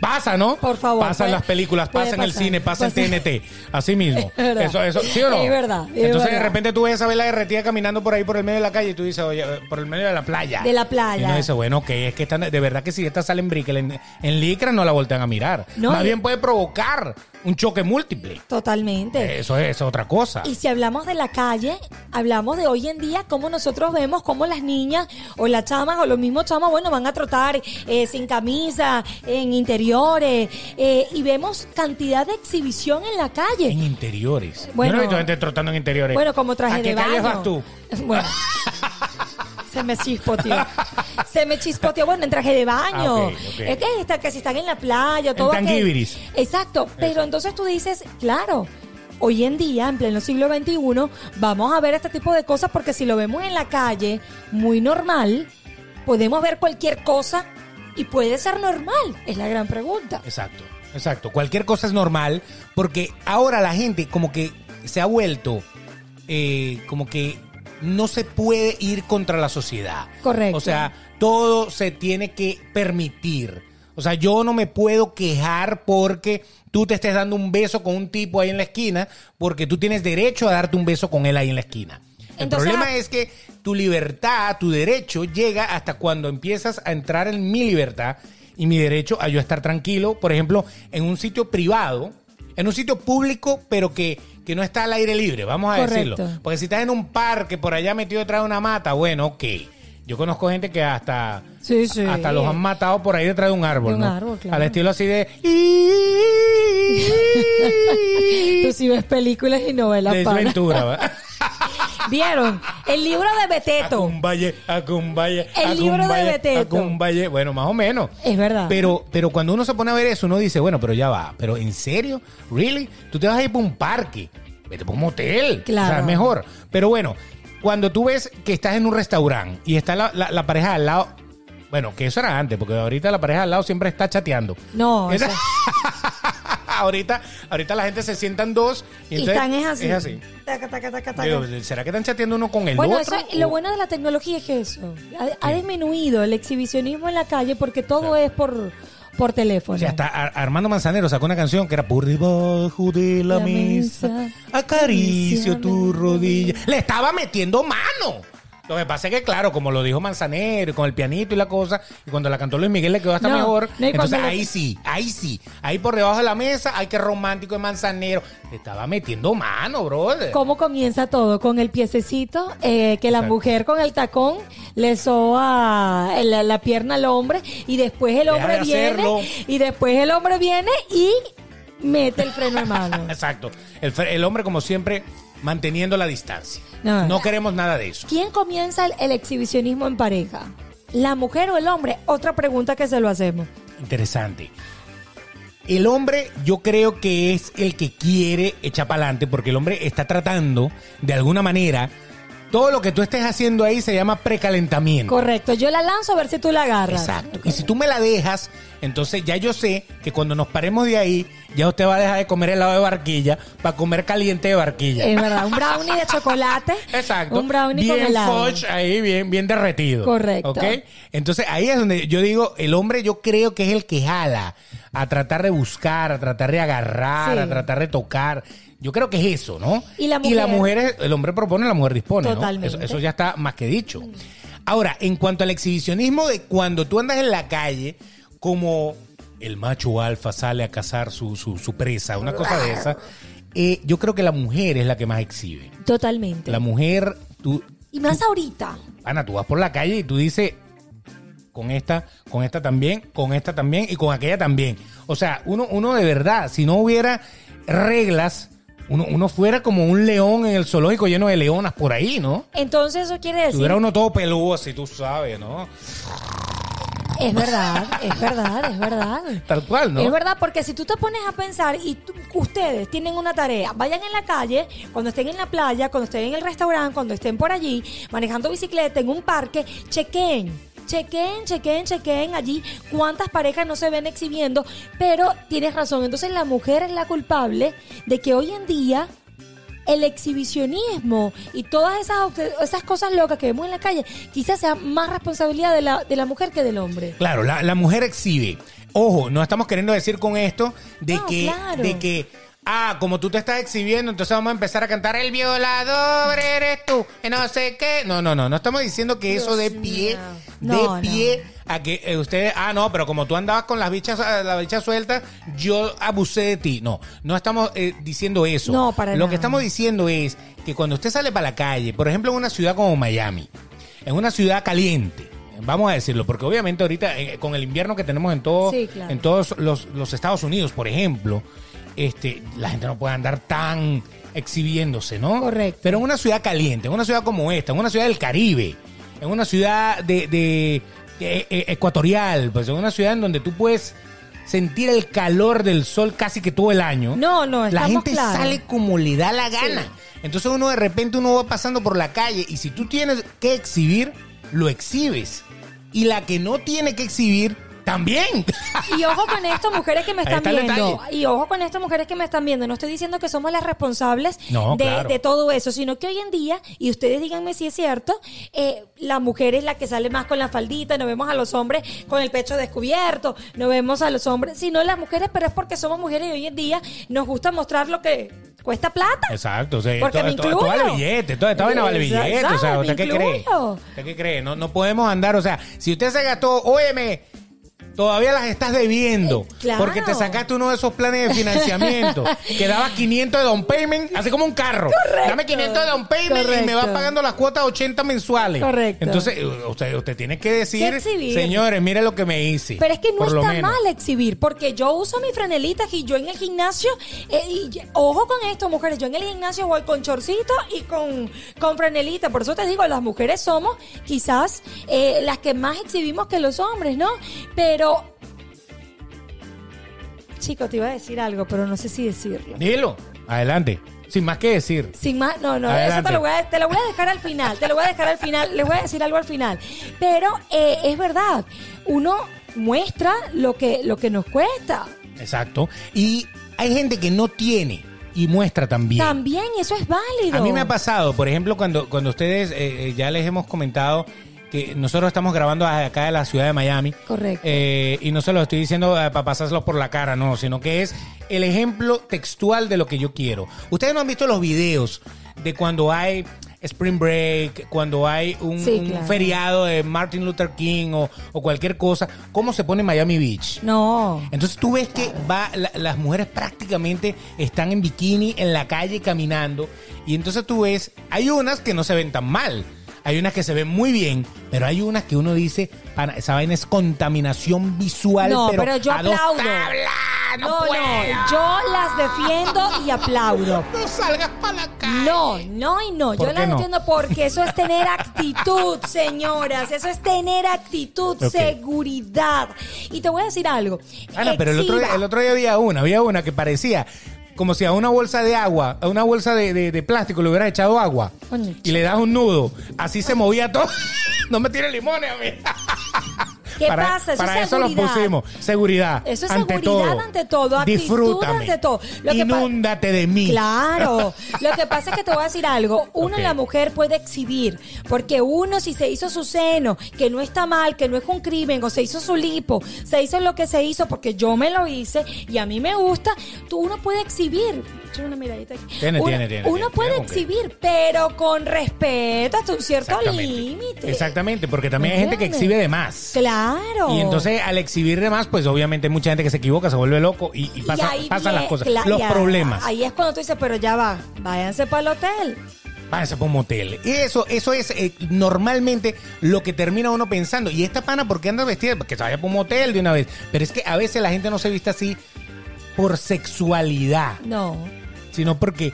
A: Pasa, ¿no?
B: Por favor,
A: Pasa en
B: puede-
A: las películas,
B: puede
A: pasa en el
B: pasar,
A: cine, pasa en
B: pasa-
A: TNT. Así mismo.
B: Es verdad.
A: Eso, eso, ¿sí o no?
B: Es verdad, es
A: Entonces de
B: verdad.
A: repente tú ves esa vela derretida caminando por ahí por el medio de la calle y tú dices, oye, por el medio de la playa.
B: De la playa.
A: Y uno dice, bueno, que es que están, de verdad que si esta sale en briquel, en, en licra no la voltean a mirar.
B: No,
A: Más
B: y-
A: bien puede provocar un choque múltiple.
B: Totalmente.
A: Eso es, eso es otra cosa.
B: Y si hablamos de la calle, hablamos de hoy en día, cómo nosotros vemos cómo las niñas o las chamas o los mismos chamas, bueno, van a trotar eh, sin camisa, en interiores, eh, y vemos cantidad de exhibición en la calle.
A: En interiores. Yo
B: Bueno.
A: no he visto gente trotando en interiores.
B: Bueno, como traje
A: ¿A qué
B: de baño.
A: calles vas tú?
B: Bueno. Se me chispoteó. Se me chispoteó. Bueno, en traje de baño.
A: Ah, ok, ok.
B: Es que está- que si están en la playa, todo aquel-
A: tanguibiris.
B: Exacto. Pero entonces tú dices, claro. Hoy en día, en pleno siglo XXI, vamos a ver este tipo de cosas porque si lo vemos en la calle, muy normal, podemos ver cualquier cosa y puede ser normal, es la gran pregunta.
A: Exacto, exacto. Cualquier cosa es normal porque ahora la gente como que se ha vuelto eh, como que no se puede ir contra la sociedad.
B: Correcto.
A: O sea, todo se tiene que permitir. O sea, yo no me puedo quejar porque tú te estés dando un beso con un tipo ahí en la esquina, porque tú tienes derecho a darte un beso con él ahí en la esquina. El
B: Entonces,
A: problema
B: ah-
A: es que tu libertad, tu derecho llega hasta cuando empiezas a entrar en mi libertad y mi derecho a yo estar tranquilo, por ejemplo, en un sitio privado, en un sitio público, pero que, que no está al aire libre, vamos a
B: Correcto.
A: decirlo. Porque si estás en un parque por allá metido detrás de una mata, bueno, ok. Yo conozco gente que hasta,
B: Sí, sí.
A: hasta los han matado por ahí detrás de un árbol.
B: De un
A: ¿no?
B: árbol, claro.
A: Al estilo así de...
B: Tú sí ves películas y novelas, pana.
A: Desventura, ¿va?
B: ¿Vieron? El libro de Beteto.
A: Acumbaye, acumbaye,
B: El libro de
A: acumbaye,
B: Beteto.
A: acumbaye. Bueno, más o menos.
B: Es verdad.
A: Pero, pero cuando uno se pone a ver eso, uno dice, bueno, pero ya va. Pero ¿en serio? ¿Really? Tú te vas a ir para un parque. Vete para un motel.
B: Claro.
A: O sea, mejor. Pero bueno, cuando tú ves que estás en un restaurante y está la, la- la pareja al lado. Bueno, que eso era antes, porque ahorita la pareja al lado siempre está chateando.
B: No,
A: Esa-
B: eso-
A: ahorita, ahorita la gente se sientan dos y,
B: Y
A: entonces
B: están es así.
A: Es así.
B: Taca, taca, taca, taca.
A: Digo, ¿Será que están chateando uno con el
B: Bueno,
A: otro?
B: eso- lo
A: O-
B: bueno de la tecnología es que eso. Ha, ha disminuido el exhibicionismo en la calle porque todo es por, por teléfono.
A: O sea, hasta Ar- Armando Manzanero sacó una canción que era por debajo de la,
B: La
A: mesa,
B: mesa,
A: acaricio
B: acariciame
A: tu
B: la
A: rodilla. Le estaba metiendo mano. Lo que pasa es que, claro, como lo dijo Manzanero, y con el pianito y la cosa, y cuando la cantó Luis Miguel le quedó hasta
B: No,
A: mejor.
B: no, y cuando
A: entonces
B: le-
A: ahí sí, ahí sí. Ahí por debajo de la mesa, ay, qué romántico es Manzanero. Le estaba metiendo mano, brother.
B: ¿Cómo comienza todo? Con el piececito, eh, que la
A: Exacto.
B: mujer con el tacón le soba la, la pierna al hombre y después el
A: Deja
B: hombre
A: de
B: viene
A: hacerlo.
B: y después el hombre viene y mete el freno de mano.
A: Exacto. El, fre- el hombre, como siempre, manteniendo la distancia.
B: No.
A: no queremos nada de eso.
B: ¿Quién comienza el, el exhibicionismo en pareja? ¿La mujer o el hombre? Otra pregunta que se lo hacemos.
A: Interesante. El hombre yo creo que es el que quiere echar para adelante porque el hombre está tratando de alguna manera. Todo lo que tú estés haciendo ahí se llama precalentamiento.
B: Correcto, yo la lanzo a ver si tú la agarras.
A: Mm. Exacto. Y si tú me la dejas, entonces ya yo sé que cuando nos paremos de ahí, ya usted va a dejar de comer helado de barquilla para comer caliente de barquilla.
B: Es verdad, un brownie de chocolate.
A: Exacto.
B: Un brownie
A: bien
B: con helado.
A: fudge ahí, bien, bien derretido.
B: Correcto.
A: ¿Ok? Entonces ahí es donde yo digo, el hombre yo creo que es el que jala a tratar de buscar, a tratar de agarrar,
B: Sí.
A: a tratar de tocar. Yo creo que es eso, ¿no?
B: Y la mujer.
A: es- el hombre propone, la mujer dispone. ¿no?
B: Totalmente.
A: Eso, eso ya está más que dicho. Ahora, en cuanto al exhibicionismo de cuando tú andas en la calle, como el macho alfa sale a cazar su, su, su presa, una cosa de esa, eh, yo creo que la mujer es la que más exhibe.
B: Totalmente.
A: La mujer, tú,
B: Y más ahorita.
A: Ana, tú vas por la calle y tú dices, con esta, con esta también, con esta también y con aquella también. O sea, uno, uno de verdad, si no hubiera reglas, uno, uno fuera como un león en el zoológico lleno de leonas por ahí, ¿no?
B: Entonces eso quiere
A: Si
B: decir...
A: hubiera uno todo peludo así, tú sabes, ¿no?
B: Es verdad, es verdad, es verdad.
A: Tal cual, ¿no?
B: Es verdad, porque si tú te pones a pensar y tú- ustedes tienen una tarea, vayan en la calle, cuando estén en la playa, cuando estén en el restaurante, cuando estén por allí, manejando bicicleta en un parque, chequen. Chequen, chequen, chequen allí cuántas parejas no se ven exhibiendo, pero tienes razón, entonces la mujer es la culpable de que hoy en día el exhibicionismo y todas esas, obse- esas cosas locas que vemos en la calle quizás sea más responsabilidad de la, de la mujer que del hombre.
A: Claro, la, la mujer exhibe. Ojo, no estamos queriendo decir con esto de
B: No,
A: que,
B: claro.
A: de que, ah, como tú te estás exhibiendo, entonces vamos a empezar a cantar el violador eres tú, que no sé qué. No, no, no, no estamos diciendo que eso de
B: Dios
A: pie,
B: mío.
A: de
B: No, no.
A: pie a que eh, ustedes, ah, no, pero como tú andabas con las bichas, eh, la bicha suelta, yo abusé de ti. No, no estamos eh, diciendo eso.
B: No, para
A: Lo
B: nada.
A: que estamos diciendo es que cuando usted sale para la calle, por ejemplo, en una ciudad como Miami, en una ciudad caliente, vamos a decirlo, porque obviamente ahorita eh, con el invierno que tenemos en todo,
B: Sí, claro.
A: en todos los, los Estados Unidos, por ejemplo, este, la gente no puede andar tan exhibiéndose, ¿no?
B: Correcto.
A: Pero en una ciudad caliente, en una ciudad como esta, en una ciudad del Caribe, en una ciudad de, de- e- e- ecuatorial, pues en una ciudad en donde tú puedes sentir el calor del sol casi que todo el año.
B: No, no,
A: La
B: estamos
A: gente
B: claros.
A: sale como le da la gana. Entonces uno de repente uno va pasando por la calle y si tú tienes que exhibir, lo exhibes. Y la que no tiene que exhibir, también.
B: Y ojo con esto, mujeres que me
A: Ahí
B: están
A: está el
B: viendo.
A: detalle.
B: Y ojo con esto, mujeres que me están viendo. No estoy diciendo que somos las responsables
A: No,
B: de,
A: claro.
B: de todo eso, sino que hoy en día, y ustedes díganme si es cierto, eh, la mujer es la que sale más con la faldita, no vemos a los hombres con el pecho descubierto, no vemos a los hombres, sino las mujeres, pero es porque somos mujeres y hoy en día nos gusta mostrar lo que cuesta plata.
A: Exacto, o sea,
B: Porque
A: todo,
B: me
A: todo- todo
B: incluyo.
A: vale billete, todo esta vaina vale
B: Exacto,
A: billete, o sea,
B: me
A: ¿usted qué cree?
B: incluyo.
A: ¿Usted qué cree? No, no podemos andar, o sea, si usted se gastó, óyeme, todavía las estás debiendo,
B: Eh, claro.
A: porque te sacaste uno de esos planes de financiamiento que daba 500 de down payment, así como un carro. Dame 500 de down payment y me
B: Correcto.
A: vas pagando las cuotas 80 mensuales.
B: Correcto.
A: Entonces, eh, usted, usted tiene que decir,
B: Que exhibir.
A: señores, mire lo que me hice.
B: Pero es que no
A: por lo
B: está
A: menos.
B: mal exhibir, porque yo uso mis franelitas y yo en el gimnasio, eh, y yo- ojo con esto, mujeres, yo en el gimnasio voy con chorcito y con, con franelita. Por eso te digo, las mujeres somos quizás eh, las que más exhibimos que los hombres, ¿no? Pero... Chico, te iba a decir algo, pero no sé si decirlo.
A: Dilo, adelante, sin más que decir.
B: Sin más, no, no, eso
A: Adelante.
B: te lo, voy a, te lo voy a dejar al final, te lo voy a dejar al final, les voy a decir algo al final. Pero eh, es verdad, uno muestra lo que, lo que nos cuesta.
A: Exacto. Y hay gente que no tiene y muestra también.
B: También eso es válido.
A: A mí me ha pasado, por ejemplo, cuando, cuando ustedes eh, eh, ya les hemos comentado que nosotros estamos grabando desde acá de la ciudad de Miami.
B: Correcto.
A: Eh, y no se lo estoy diciendo para pasárselo por la cara, no, sino que es el ejemplo textual de lo que yo quiero. Ustedes no han visto los videos de cuando hay Spring Break, cuando hay un,
B: Sí,
A: un
B: claro.
A: feriado de Martin Luther King o, o cualquier cosa, cómo se pone Miami Beach.
B: No.
A: Entonces tú ves que va, la- las mujeres prácticamente están en bikini en la calle caminando y entonces tú ves, hay unas que no se ven tan mal, hay unas que se ven muy bien, pero hay unas que uno dice, "Pana, esa vaina es contaminación visual.
B: No,
A: pero,
B: pero yo
A: a dos
B: aplaudo.
A: tablas, no,
B: No,
A: puedo.
B: no, yo las defiendo y aplaudo.
A: No salgas para la calle.
B: No, no y no.
A: ¿Por
B: Yo
A: qué
B: las
A: no?
B: entiendo porque eso es tener actitud, señoras. Eso es tener actitud,
A: Ok.
B: seguridad. Y te voy a decir algo.
A: Ana, Ah, pero el otro, día-
B: Exhiba.
A: el otro día había una, había una que parecía como si a una bolsa de agua, a una bolsa de, de- de plástico le hubieras echado agua
B: Coño,
A: y le das un nudo. Así se movía todo. No me tire limones a mí.
B: ¿Qué
A: para,
B: pasa? Eso
A: para
B: es
A: eso los
B: seguridad.
A: pusimos. Seguridad.
B: Eso es
A: ante
B: seguridad
A: todo.
B: ante todo, actitud
A: Disfrútame.
B: ante todo. Lo que pa-
A: Inúndate de mí.
B: Claro. Lo que pasa es que te voy a decir algo. Uno,
A: Ok.
B: la mujer puede exhibir. Porque uno, si se hizo su seno, que no está mal, que no es un crimen, o se hizo su lipo, se hizo lo que se hizo porque yo me lo hice y a mí me gusta, tú, uno puede exhibir. Echa una miradita aquí.
A: Tiene,
B: uno,
A: tiene, tiene,
B: uno
A: tiene,
B: puede
A: tiene con qué.
B: exhibir, pero con respeto hasta un cierto límite.
A: Exactamente, porque también hay gente que
B: ¿Entiendes?
A: exhibe de más.
B: Claro.
A: Y entonces al exhibir de más, pues obviamente hay mucha gente que se equivoca, se vuelve loco y, y pasa-
B: ahí
A: pasan las
B: viene-
A: cosas,
B: cla-
A: los
B: y a-
A: problemas.
B: Ahí es cuando tú dices, pero ya va, váyanse para el hotel.
A: Váyanse por un motel. Y eso, eso es eh, normalmente lo que termina uno pensando. Y esta pana, ¿por qué anda vestida? Porque se vaya por un motel de una vez. Pero es que a veces la gente no se viste así por sexualidad,
B: No.
A: sino porque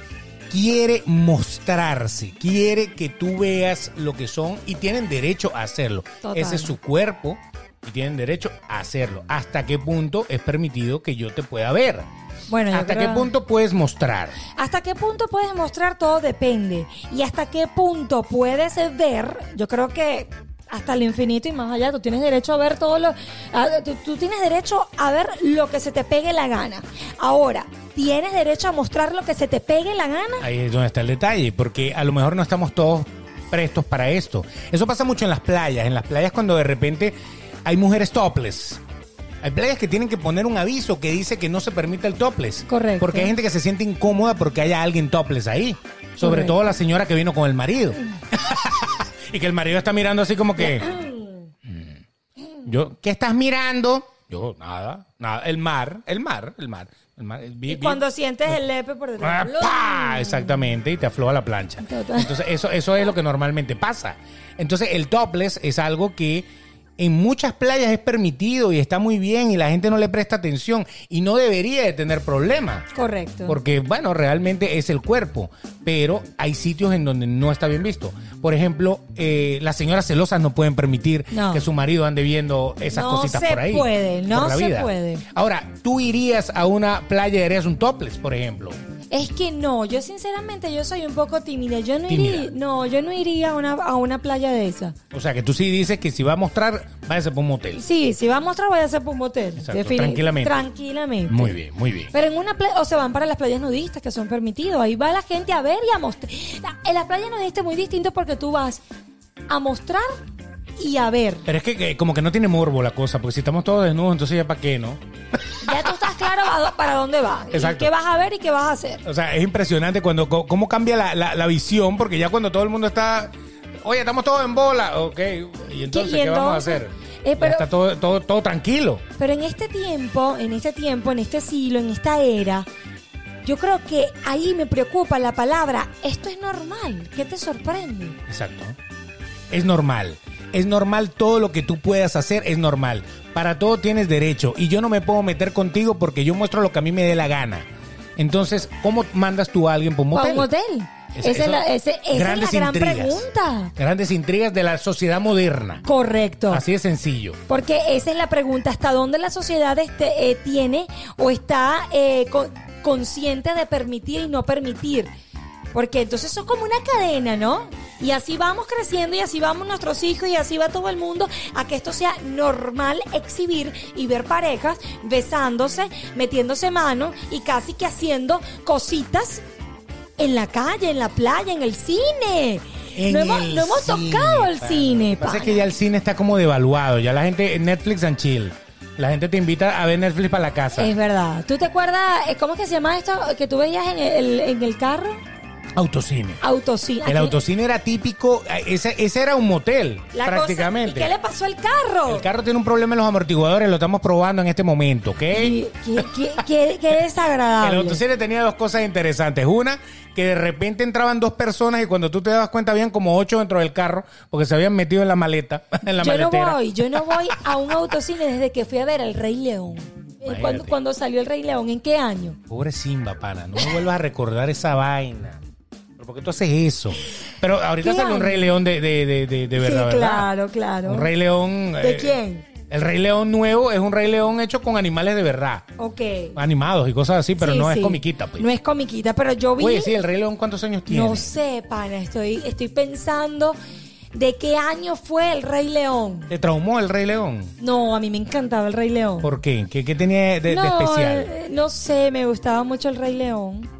A: quiere mostrarse, quiere que tú veas lo que son y tienen derecho a hacerlo.
B: Total.
A: Ese es su cuerpo y tienen derecho a hacerlo. ¿Hasta qué punto es permitido que yo te pueda ver?
B: Bueno, yo
A: ¿Hasta
B: creo-
A: qué punto puedes mostrar?
B: ¿Hasta qué punto puedes mostrar? Todo depende. Y hasta qué punto puedes ver, yo creo que hasta el infinito y más allá, tú tienes derecho a ver todo lo... a- tú, tú tienes derecho a ver lo que se te pegue la gana. Ahora, ¿tienes derecho a mostrar lo que se te pegue la gana?
A: Ahí es donde está el detalle, porque a lo mejor no estamos todos prestos para esto. Eso pasa mucho en las playas. En las playas cuando de repente hay mujeres topless. Hay playas que tienen que poner un aviso que dice que no se permite el topless.
B: Correcto.
A: Porque hay gente que se siente incómoda porque haya alguien topless ahí. Sobre
B: Correcto. Mm.
A: todo la señora que vino con el marido. y que el marido está mirando así como que...
B: Mm.
A: Yo, ¿qué estás mirando? Yo, nada, nada. El mar, el mar, el mar. El mar. Vi-
B: Y
A: vi-
B: cuando sientes el lepe por
A: Ah,
B: detrás.
A: ¡pah! Exactamente, y te afloja la plancha.
B: Total.
A: Entonces, eso, eso es lo que normalmente pasa. Entonces, el topless es algo que en muchas playas es permitido y está muy bien y la gente no le presta atención y no debería de tener problemas.
B: Correcto.
A: Porque, bueno, realmente es el cuerpo, pero hay sitios en donde no está bien visto. Por ejemplo, eh, las señoras celosas no pueden permitir
B: No.
A: que su marido ande viendo esas
B: No
A: cositas
B: se
A: por ahí.
B: puede, no
A: por la
B: se
A: vida.
B: puede.
A: Ahora, tú irías a una playa y harías un topless, por ejemplo.
B: Es que no, yo sinceramente yo soy un poco tímida. Yo no
A: Tímida.
B: iría, no, yo no iría a una, a una playa de esa.
A: O sea, que tú sí dices que si va a mostrar, váyase por un motel.
B: Sí, si va a mostrar, vaya a ser por un motel.
A: Exacto,
B: Defini-
A: tranquilamente.
B: Tranquilamente.
A: Muy bien, muy bien.
B: Pero en una playa, o se van para las playas nudistas que son permitidos. Ahí va la gente a ver y a mostrar. La- En las playas nudistas es muy distinto porque tú vas a mostrar y a ver.
A: Pero es que, que como que no tiene morbo la cosa, porque si estamos todos desnudos, entonces ya para qué, ¿no?
B: Ya tú estás claro a do- para dónde vas. y
A: Exacto.
B: ¿Qué vas a ver y qué vas a hacer?
A: O sea, es impresionante cuando co- cómo cambia la, la- la visión, porque ya cuando todo el mundo está, oye, estamos todos en bola, ok, y entonces,
B: ¿Y
A: ¿qué vamos a
B: entonces?
A: hacer?
B: Eh,
A: Ya
B: pero-
A: está todo, todo, todo tranquilo.
B: Pero en este tiempo, en este tiempo, en este siglo, en esta era, yo creo que ahí me preocupa la palabra, esto es normal, ¿qué te sorprende?
A: Exacto. Es normal. Es normal todo lo que tú puedas hacer, es normal. Para todo tienes derecho. Y yo no me puedo meter contigo porque yo muestro lo que a mí me dé la gana. Entonces, ¿cómo mandas tú a alguien por un
B: ¿Para
A: motel?
B: un hotel? Esa, es
A: eso-
B: la, ese- esa es la
A: grandes
B: gran
A: intrigas.
B: pregunta.
A: Grandes intrigas de la sociedad moderna.
B: Correcto.
A: Así de sencillo.
B: Porque esa es la pregunta, ¿hasta dónde la sociedad este, eh, tiene o está eh, co- consciente de permitir y no permitir? Porque entonces eso es como una cadena, ¿no? Y así vamos creciendo y así vamos nuestros hijos y así va todo el mundo a que esto sea normal exhibir y ver parejas besándose, metiéndose mano y casi que haciendo cositas en la calle, en la playa, en el cine.
A: En
B: no hemos,
A: el
B: no hemos
A: cine,
B: tocado el
A: pana. Lo
B: cine.
A: que pasa es
B: pana.
A: que ya el cine está como devaluado. Ya la gente, Netflix and chill. La gente te invita a ver Netflix para la casa.
B: Es verdad. ¿Tú te acuerdas, eh, cómo es que se llama esto que tú veías en el, en el carro?
A: Autocine.
B: Autocine.
A: El autocine era típico, eh, ese, ese era un motel,
B: La cosa-
A: prácticamente.
B: ¿Y ¿Qué le pasó al carro?
A: El carro tiene un problema en los amortiguadores, lo estamos probando en este momento, ¿ok?
B: Y- ¿Qué, qué, qué- qué
A: El
B: desagradable.
A: autocine tenía dos cosas interesantes. Una, que de repente entraban dos personas y cuando tú te dabas cuenta habían como ocho dentro del carro porque se habían metido en la maleta, en la
B: yo no
A: maletera.
B: voy, yo no voy a un autocine desde que fui a ver El Rey León. Eh,
A: Imagínate.
B: Cuando, cuando salió El Rey León, ¿en qué año?
A: Pobre Simba, pana, no me vuelvas a recordar esa vaina. ¿Pero ¿Por qué tú haces eso? Pero ahorita
B: ¿Qué
A: sale un
B: hay?
A: Rey León de, de, de, de, de
B: sí,
A: verdad, ¿verdad?
B: claro, claro.
A: Un Rey León... eh,
B: ¿De quién?
A: El Rey León nuevo es un Rey León hecho con animales de verdad.
B: Ok.
A: animados y cosas así, pero
B: Sí,
A: no es
B: sí.
A: comiquita, pues.
B: No es comiquita, pero yo vi...
A: Oye, sí, el Rey León, ¿cuántos años tiene?
B: No sé, pana, estoy, estoy pensando de qué año fue el Rey León.
A: ¿Te traumó el Rey León?
B: No, a mí me encantaba el Rey León.
A: ¿Por qué? ¿Qué, qué tenía de, de
B: no,
A: especial?
B: eh, no sé, me gustaba mucho el Rey León.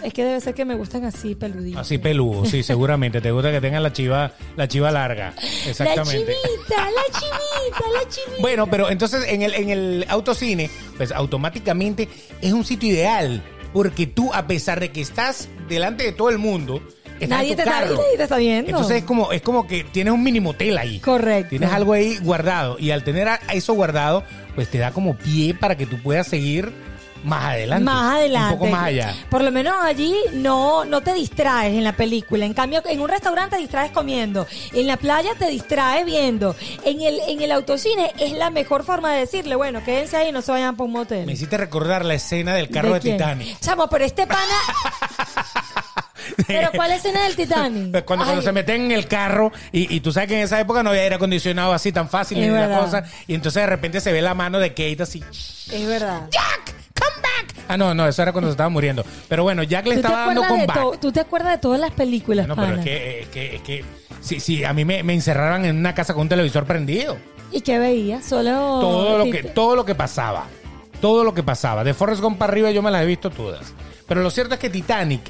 B: Es que debe ser que me gustan así, peluditos.
A: Así peludo, sí, seguramente. Te gusta que tenga la chiva, la chiva larga.
B: La
A: Exactamente.
B: chivita, la chivita, la chivita.
A: Bueno, pero entonces en el, en el autocine, pues automáticamente es un sitio ideal. Porque tú, a pesar de que estás delante de todo el mundo, estás
B: Nadie
A: en
B: te
A: tu
B: está-
A: carro.
B: nadie te está viendo.
A: Entonces es como, es como que tienes un mínimo hotel ahí.
B: Correcto.
A: Tienes algo ahí guardado. Y al tener a- a eso guardado, pues te da como pie para que tú puedas seguir más adelante.
B: Más adelante.
A: Un poco más allá.
B: Por lo menos allí no, no te distraes en la película. En cambio, en un restaurante te distraes comiendo. En la playa te distraes viendo. En el, en el autocine es la mejor forma de decirle, bueno, quédense ahí y no se vayan para un motel.
A: Me hiciste recordar la escena del carro de,
B: quién?
A: Titanic.
B: Chamo, pero este pana. pero ¿cuál escena del Titanic?
A: Pues Cuando, cuando
B: Ay,
A: se meten en el carro y, y tú sabes que en esa época no había aire acondicionado así tan fácil
B: Es
A: ni la
B: verdad.
A: cosa. Y entonces de repente se ve la mano de Kate así.
B: Es verdad.
A: ¡Jack! ¡Come back! Ah, no, no, eso era cuando se estaba muriendo. Pero bueno, Jack le
B: ¿Tú te,
A: estaba dando
B: acuerdas de
A: comeback.
B: to- tú te acuerdas de todas las películas,
A: Bueno,
B: pana.
A: pero es que, eh, es que, es que sí, sí, a mí me, me encerraron en una casa con un televisor prendido.
B: ¿Y qué veías? Solo.
A: Todo lo
B: Tit-
A: que, todo lo que pasaba. Todo lo que pasaba. De Forrest Gump para arriba yo me las he visto todas. Pero lo cierto es que Titanic,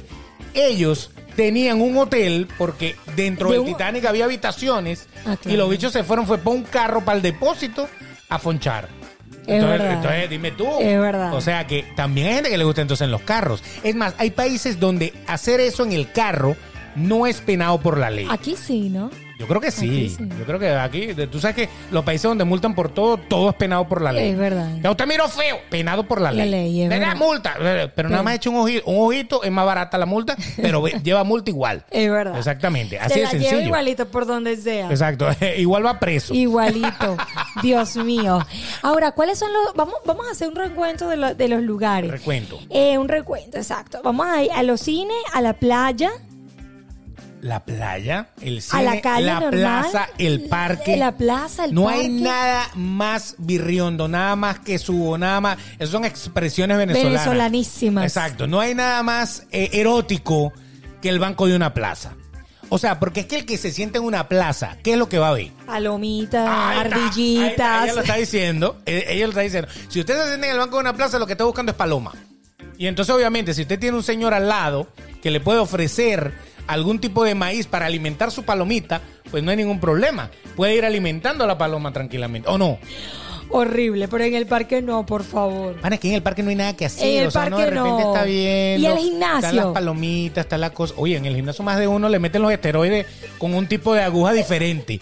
A: ellos tenían un hotel porque dentro
B: De
A: del
B: un-
A: Titanic había habitaciones
B: Ah,
A: y
B: claro.
A: los bichos se fueron, fue para un carro para el depósito a fonchar.
B: Es
A: Entonces,
B: verdad.
A: entonces, dime tú.
B: Es verdad.
A: O sea que también hay gente que le gusta entonces en los carros. Es más, hay países donde hacer eso en el carro no es penado por la ley.
B: Aquí sí, ¿no?
A: Yo creo que sí.
B: Aquí sí.
A: Yo creo que aquí, de- tú sabes que los países donde multan por todo, todo es penado por la
B: Sí,
A: ley.
B: es verdad.
A: Ya usted miró feo, penado por la,
B: La
A: ley.
B: ley, es
A: Le da
B: verdad.
A: multa, eh, pero, nada más echa un ojito, un ojito, es más barata la multa, pero ve- lleva multa igual.
B: Es verdad.
A: Exactamente,
B: Se
A: así es
B: la lleva
A: sencillo.
B: igualito por donde sea.
A: Exacto, igual va preso.
B: Igualito. Dios mío. Ahora, ¿cuáles son los...? Vamos, vamos a hacer un recuento de, lo- de los lugares.
A: Recuento.
B: Eh, un recuento, exacto. Vamos a ir a los cines, a la playa,
A: La playa, el cine,
B: a la calle normal,
A: plaza, el parque.
B: La plaza, el
A: no
B: parque.
A: hay nada más virriondo, nada más que subo, nada más. Esas son expresiones venezolanas.
B: Venezolanísimas.
A: Exacto. No hay nada más eh, erótico que el banco de una plaza. O sea, porque es que el que se sienta en una plaza, ¿qué es lo que va a ver?
B: Palomitas,
A: Ah, Ahí está, ahí
B: ardillitas.
A: está, Ella lo está diciendo. eh, Ella lo está diciendo. Si usted se sienta en el banco de una plaza, lo que está buscando es paloma. Y entonces, obviamente, si usted tiene un señor al lado que le puede ofrecer algún tipo de maíz para alimentar su palomita, pues no hay ningún problema. Puede ir alimentando a la paloma tranquilamente. ¿O no?
B: Horrible, pero en el parque no, por favor.
A: Van, es que en el parque no hay nada que hacer.
B: En el
A: o sea, uno
B: parque
A: de repente
B: no.
A: está bien.
B: Y el gimnasio.
A: Están las palomitas, está la cosa. Oye, en el gimnasio más de uno le meten los esteroides con un tipo de aguja diferente.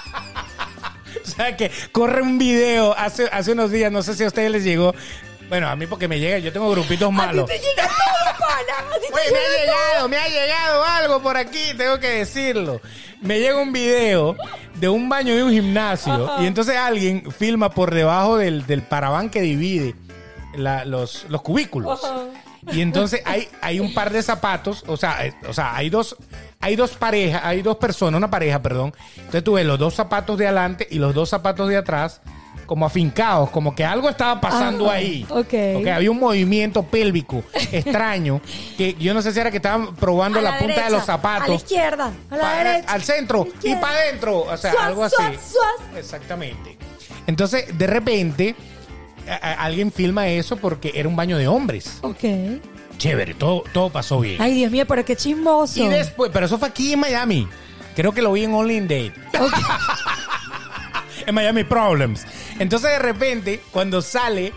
A: o sea que corre un video hace, hace unos días, no sé si a ustedes les llegó. Bueno, a mí porque me llega, yo tengo grupitos
B: A
A: malos.
B: ti te llega todo, pana. A ti te
A: Güey, me
B: llega
A: ha llegado, me ha llegado algo por aquí, tengo que decirlo. Me llega un video de un baño de un gimnasio
B: Ajá.
A: y entonces alguien filma por debajo del, del parabán que divide la- los, los cubículos.
B: Ajá.
A: Y entonces hay, hay un par de zapatos, o sea, eh, o sea, hay dos, hay dos parejas, hay dos personas, una pareja, perdón. Entonces tú ves los dos zapatos de adelante y los dos zapatos de atrás como afincados, como que algo estaba pasando
B: Ajá.
A: ahí.
B: Ok.
A: Ok, había un movimiento pélvico extraño que yo no sé si era que estaban probando
B: a
A: la, punta de
B: derecha,
A: los
B: A la
A: zapatos
B: izquierda, a la
A: para-
B: derecha.
A: al centro y
B: izquierda.
A: para adentro, o sea,
B: Suaz,
A: algo así.
B: suaz, suaz.
A: Exactamente. Entonces, de repente a- a- alguien filma eso porque era un baño de hombres.
B: Ok.
A: Chévere, todo todo pasó bien.
B: Ay, Dios mío, pero qué chismoso.
A: y después, pero eso fue aquí en Miami. Creo que lo vi en Only in Date. en Miami Problems. Entonces de repente, cuando sale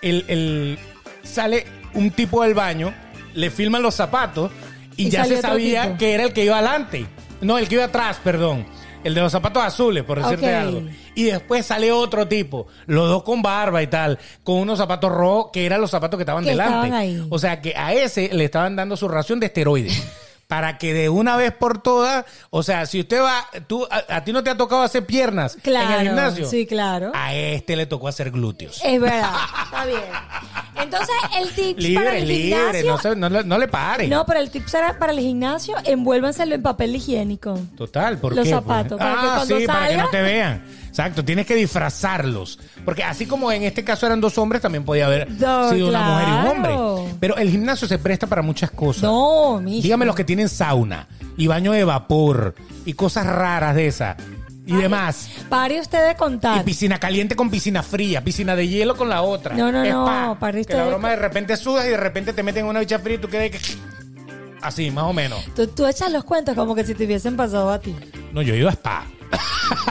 A: el, el- sale un tipo del baño, le filman los zapatos y,
B: Y
A: ya
B: salió
A: se
B: otro
A: sabía
B: tipo.
A: que era el que iba adelante. No, el que iba atrás, perdón. El de los zapatos azules, por decirte
B: Ok.
A: algo. Y después sale otro tipo, los dos con barba y tal, con unos zapatos rojos, que eran los zapatos que estaban
B: Que
A: delante.
B: estaban ahí.
A: O sea que a ese le estaban dando su ración de esteroides. Para que de una vez por todas, o sea, si usted va, tú, a, a ti no te ha tocado hacer piernas en
B: Claro,
A: el gimnasio.
B: sí, Eh, claro.
A: A este le tocó hacer glúteos.
B: Es verdad, está bien. Entonces, el tip para
A: libre,
B: el
A: libre,
B: gimnasio.
A: no, se- no le- no le pare.
B: No, pero el tip será para el gimnasio, envuélvanselo en papel higiénico.
A: Total, ¿por
B: Los
A: qué?
B: zapatos, para que
A: ah,
B: cuando
A: sí, para que
B: salga-
A: no te vean. Exacto, tienes que disfrazarlos. Porque así como en este caso eran dos hombres, también podía haber
B: No,
A: sido una mujer y un
B: claro.
A: hombre. Pero el gimnasio se presta para muchas cosas.
B: No, mijo.
A: Dígame los que tienen sauna y baño de vapor y cosas raras de esas y demás.
B: Pare usted de
A: Y
B: contar.
A: piscina caliente con piscina fría, piscina de hielo con la otra.
B: No, no, no,
A: Spa,
B: para
A: que
B: usted-
A: la broma de repente sudas y de repente te meten en una bicha fría y tú quedas ahí que... Así, más o menos.
B: Tú, tú echas los cuentos como que si te hubiesen pasado a ti.
A: No, yo he ido a spa.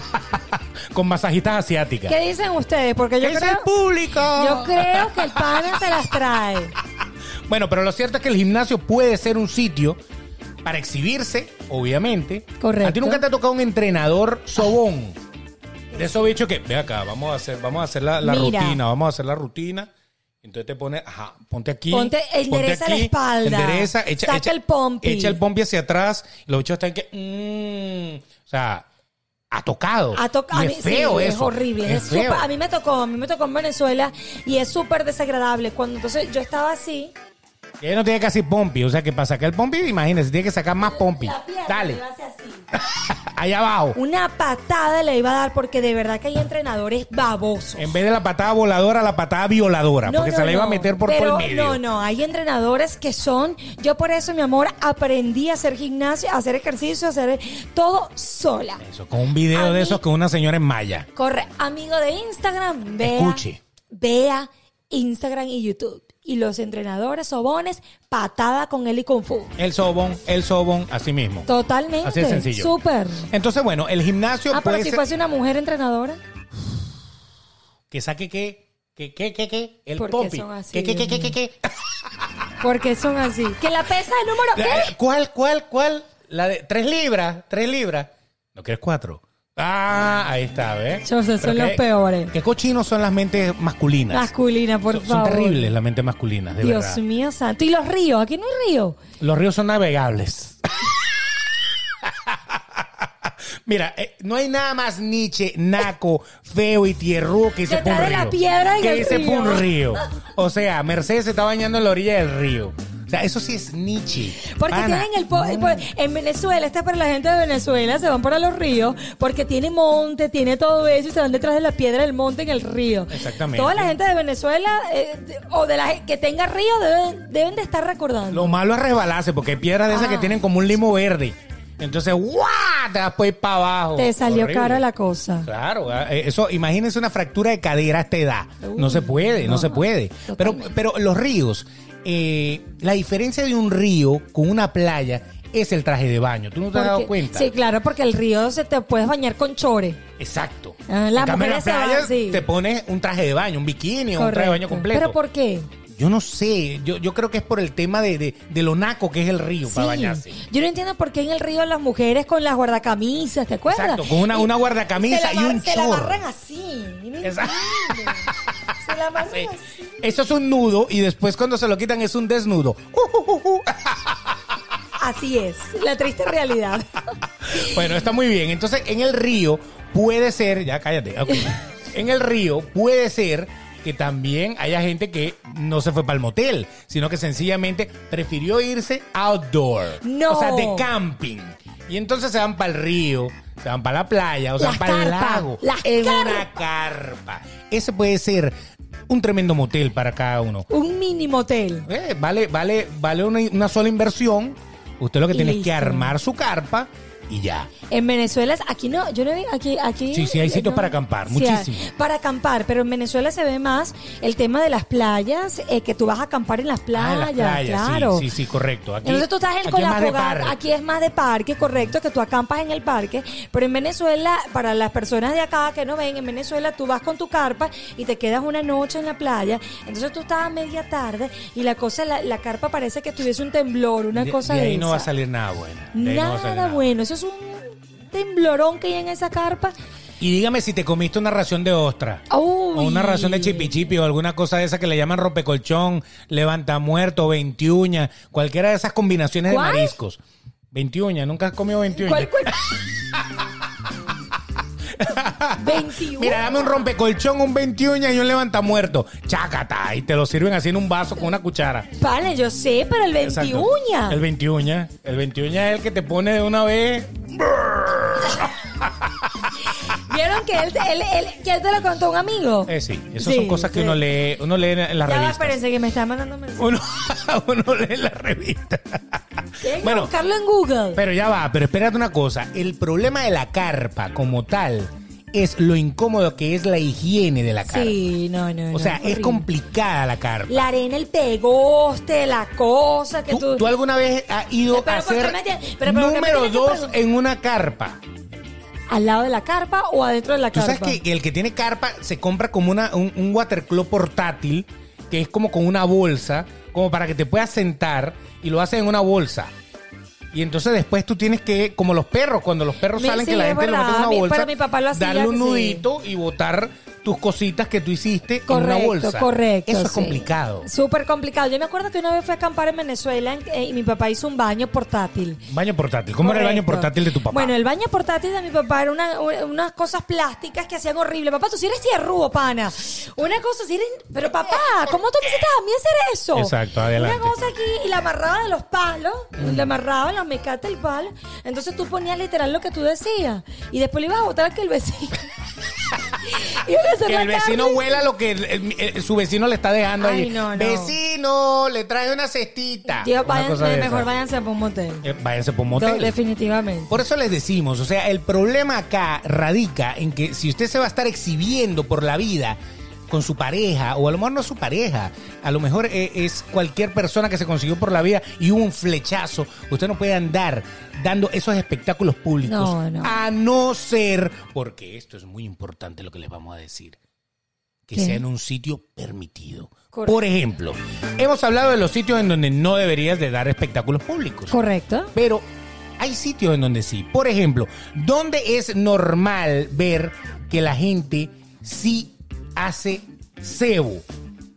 A: con masajistas asiáticas.
B: ¿Qué dicen ustedes? Porque yo
A: ¡Es
B: creo,
A: el público!
B: yo creo que el pana se las trae.
A: Bueno, pero lo cierto es que el gimnasio puede ser un sitio para exhibirse, obviamente.
B: Correcto.
A: A ti nunca te ha tocado un entrenador sobón. De esos bichos que, ve acá, vamos a hacer, vamos a hacer la, la
B: Mira.
A: rutina, vamos a hacer la rutina. Entonces te pone, ajá, ponte aquí.
B: Ponte- endereza la espalda.
A: Endereza, echa,
B: Saca
A: echa-
B: el pompi.
A: Echa el pompi hacia atrás. Los bichos están que, mm, o sea, ha tocado.
B: Ha tocado.
A: Y es feo
B: sí,
A: eso.
B: Es horrible. Es
A: feo.
B: súper- a mí me tocó, a mí me tocó en Venezuela y es súper desagradable. Cuando entonces yo estaba así,
A: Y ahí no tiene casi pompi. O sea, que para sacar el pompi, imagínese, tiene que sacar más pompi.
B: la pierna
A: Dale,
B: iba hacia así.
A: allá abajo.
B: Una patada le iba a dar porque de verdad que hay entrenadores babosos.
A: En vez de la patada voladora, la patada violadora.
B: No,
A: porque
B: no,
A: se la iba a
B: no.
A: meter por
B: Pero
A: todo el medio.
B: No, no, hay entrenadores que son. Yo por eso, mi amor, aprendí a hacer gimnasio, a hacer ejercicio, a hacer todo sola.
A: Eso, con un video
B: A
A: de
B: mí-
A: esos con una señora en malla.
B: Corre, amigo de Instagram, vea.
A: Escuche.
B: Vea Instagram y YouTube. Y los entrenadores sobones, patada con él y kung fu.
A: El sobón, el sobón, así mismo.
B: Totalmente.
A: Así de sencillo.
B: Súper.
A: Entonces, bueno, el gimnasio
B: Ah, pero
A: puede
B: si
A: ser-
B: fuese una mujer entrenadora.
A: que saque qué, qué, qué, qué, qué, el
B: ¿Por qué
A: pompi.
B: son así,
A: ¿Qué, qué, qué,
B: Dios
A: qué, qué, qué?
B: Porque son así. Que la pesa el número. ¿Qué?
A: ¿Cuál, cuál, cuál? La de tres libras, tres libras. ¿No quieres cuatro? Ah, ahí está, ¿ves?
B: Yo sé,
A: Pero
B: son los
A: qué-
B: peores.
A: Qué cochinos son las mentes masculinas.
B: Masculina, por
A: son, son
B: favor.
A: terribles las mentes masculinas, de
B: Dios
A: verdad.
B: mío santo. Y los ríos, aquí no hay río.
A: Los ríos son navegables. Mira, eh, no hay nada más Nietzsche, naco, feo y tierrudo que ese
B: Detrás
A: fue un
B: de
A: río.
B: la piedra en
A: que
B: el
A: ese fue un
B: río.
A: río. O sea, Mercedes se está bañando en la orilla del río. O sea, eso sí es Nietzsche.
B: Porque
A: pana.
B: tienen el, po- el po- En Venezuela, esta es para la gente de Venezuela, se van para los ríos, porque tiene monte, tiene todo eso, y se van detrás de la piedra del monte en el río.
A: Exactamente.
B: Toda la gente de Venezuela, eh, de- o de la ge- que tenga río, deben, deben de estar recordando.
A: Lo malo es resbalarse, porque hay piedras de esas
B: Ah.
A: que tienen como un limo verde. Entonces, ¡guau! Te vas por ir para abajo.
B: Te salió
A: Horrible.
B: cara la cosa.
A: Claro, eh, eso, imagínense una fractura de cadera a esta edad. No se puede, no,
B: no,
A: se puede. Pero,
B: totalmente.
A: pero los ríos, eh, la diferencia de un río con una playa es el traje de baño. ¿Tú no te has dado
B: Porque-
A: cuenta?
B: Sí, claro, porque el río se te puedes bañar con chores.
A: Exacto.
B: Ah,
A: en
B: las
A: cambio, en la
B: mujeres se van,
A: playa
B: sí.
A: te pones un traje de baño, un bikini o un traje de baño completo.
B: Pero ¿por qué?
A: Yo no sé, yo, yo creo que es por el tema de, de, de lo naco que es el río para bañarse.
B: Yo no entiendo por qué en el río las mujeres con las guardacamisas, ¿te acuerdas?
A: Exacto, con una-
B: Y
A: una guardacamisa
B: se la
A: y
B: amarran-
A: un
B: Se la
A: chor.
B: amarran así. yo no
A: Exacto.
B: entiendo. Se la amarran
A: Sí.
B: así.
A: Eso es un nudo y después cuando se lo quitan es un desnudo.
B: Así es, la triste realidad.
A: Bueno, está muy bien. Entonces, en el río puede ser, ya cállate. ok. En el río puede ser que también haya gente que no se fue para el motel, sino que sencillamente prefirió irse outdoor.
B: No.
A: O sea, de camping. Y entonces se van para el río, se van para la playa, o se
B: Las
A: van para el
B: carpas,
A: lago.
B: las
A: en una carpa. Ese puede ser un tremendo motel para cada uno.
B: Un mini motel.
A: Eh, vale, vale, vale una, una sola inversión. Usted lo que
B: Y
A: tiene es que
B: listo.
A: armar su carpa y ya.
B: En Venezuela, es- aquí no, yo no vi, aquí, aquí.
A: Sí, sí, hay
B: eh,
A: sitios
B: no.
A: para acampar,
B: hay-
A: muchísimo.
B: Para acampar, pero en Venezuela se ve más el tema de las playas, eh, que tú vas a acampar en las
A: Ah,
B: playas,
A: en las playas,
B: claro.
A: Sí, sí, sí, correcto. Aquí,
B: Entonces tú estás en-
A: aquí
B: con
A: es
B: la
A: más de
B: fogata,
A: parque.
B: aquí es más de parque, correcto, que tú acampas en el parque, pero en Venezuela, para las personas de acá que no ven, en Venezuela tú vas con tu carpa y te quedas una noche en la playa, entonces tú estás a media tarde y la cosa, la, la carpa parece que tuviese un temblor, una
A: De-
B: cosa
A: de
B: de,
A: ahí no va a
B: esa.
A: salir nada bueno. De ahí no va a salir
B: Nada bueno, eso es un temblorón que hay en esa carpa.
A: Y dígame si te comiste una ración de ostra. O
B: Uy.
A: una ración de chipichipi o alguna cosa de esa que le llaman rompecolchón, levantamuerto, veintiuña, cualquiera de esas combinaciones
B: ¿Cuál?
A: de mariscos. Veintiuña, nunca has comido veintiuña.
B: ¿Cuál, cuál? 21.
A: Mira, dame un rompecolchón, un 21 y un levantamuerto. Chácata. Y te lo sirven así en un vaso con una cuchara.
B: Vale, yo sé, pero el
A: Exacto.
B: 21.
A: El 21. El 21 es el que te pone de una vez.
B: ¿Vieron que él, él- él- que él te lo contó un amigo?
A: Eh, sí, esas
B: Sí,
A: son cosas que
B: sí.
A: uno lee, uno lee en las
B: Ya va,
A: revistas.
B: espérense que me está mandando mensajes.
A: Uno, uno lee en la revista.
B: Tienen que
A: Bueno,
B: buscarlo en Google.
A: pero ya va, pero espérate una cosa. El problema de la carpa como tal es lo incómodo que es la higiene de la carpa.
B: Sí, no, no.
A: O sea, es
B: complicado.
A: complicada la carpa.
B: La arena, el pegoste, la cosa que
A: ¿Tú,
B: tú.
A: tú alguna vez has ido
B: Pero,
A: a
B: ¿por qué
A: ser
B: me tienes- pero, pero, ¿por qué me
A: número
B: tienes que
A: dos
B: preguntar?
A: en una carpa?
B: ¿Al lado de la carpa o adentro de la
A: Tú
B: carpa?
A: sabes que el que tiene carpa se compra como una, un, un waterclub portátil, que es como con una bolsa, como para que te puedas sentar y lo hacen en una bolsa. Y entonces después tú tienes que, como los perros, cuando los perros
B: Mi-
A: salen
B: sí,
A: que la
B: es
A: gente lo mete en
B: verdad.
A: una
B: Mi-
A: bolsa,
B: pero mi papá lo hacía,
A: darle un
B: sí.
A: nudito y botar tus cositas que tú hiciste en una bolsa.
B: Correcto,
A: Eso es
B: sí.
A: complicado.
B: Súper complicado. Yo me acuerdo que una vez fui a acampar en Venezuela en- eh, y mi papá hizo un baño portátil.
A: Baño portátil. ¿Cómo era el baño
B: Correcto.
A: portátil de tu papá?
B: Bueno, el baño portátil de mi papá era una- u- unas cosas plásticas que hacían horrible. Papá, tú sí eres tierrudo, pana. Una cosa, si eres... Pero papá, ¿cómo tú me hiciste a mí hacer eso?
A: Exacto, adelante.
B: Una cosa aquí y la amarraba de los palos, la amarraba en los mecates del palo. Entonces tú ponías literal lo que tú decías. Y después le ibas a botar que el vecino... Iban a hacer
A: Que
B: la
A: el vecino
B: carne.
A: huela lo que el- el- el- su vecino le está dejando
B: Ay,
A: ahí.
B: no, no.
A: Vecino, le trae una cestita.
B: Dios,
A: Una cosa de
B: váyanse, mejor
A: esas.
B: váyanse a un motel.
A: Eh, váyanse por un motel.
B: No, definitivamente.
A: Por eso les decimos, o sea, el problema acá radica en que si usted se va a estar exhibiendo por la vida con su pareja, o a lo mejor no es su pareja, a lo mejor eh, es cualquier persona que se consiguió por la vida y hubo un flechazo, usted no puede andar dando esos espectáculos públicos.
B: No, no.
A: A no ser, porque esto es muy importante lo que les vamos a decir, que
B: ¿Qué?
A: sea en un sitio permitido.
B: Correcto.
A: Por ejemplo, hemos hablado de los sitios en donde no deberías de dar espectáculos públicos.
B: Correcto.
A: Pero hay sitios en donde sí. Por ejemplo, donde es normal ver que la gente sí hace cebo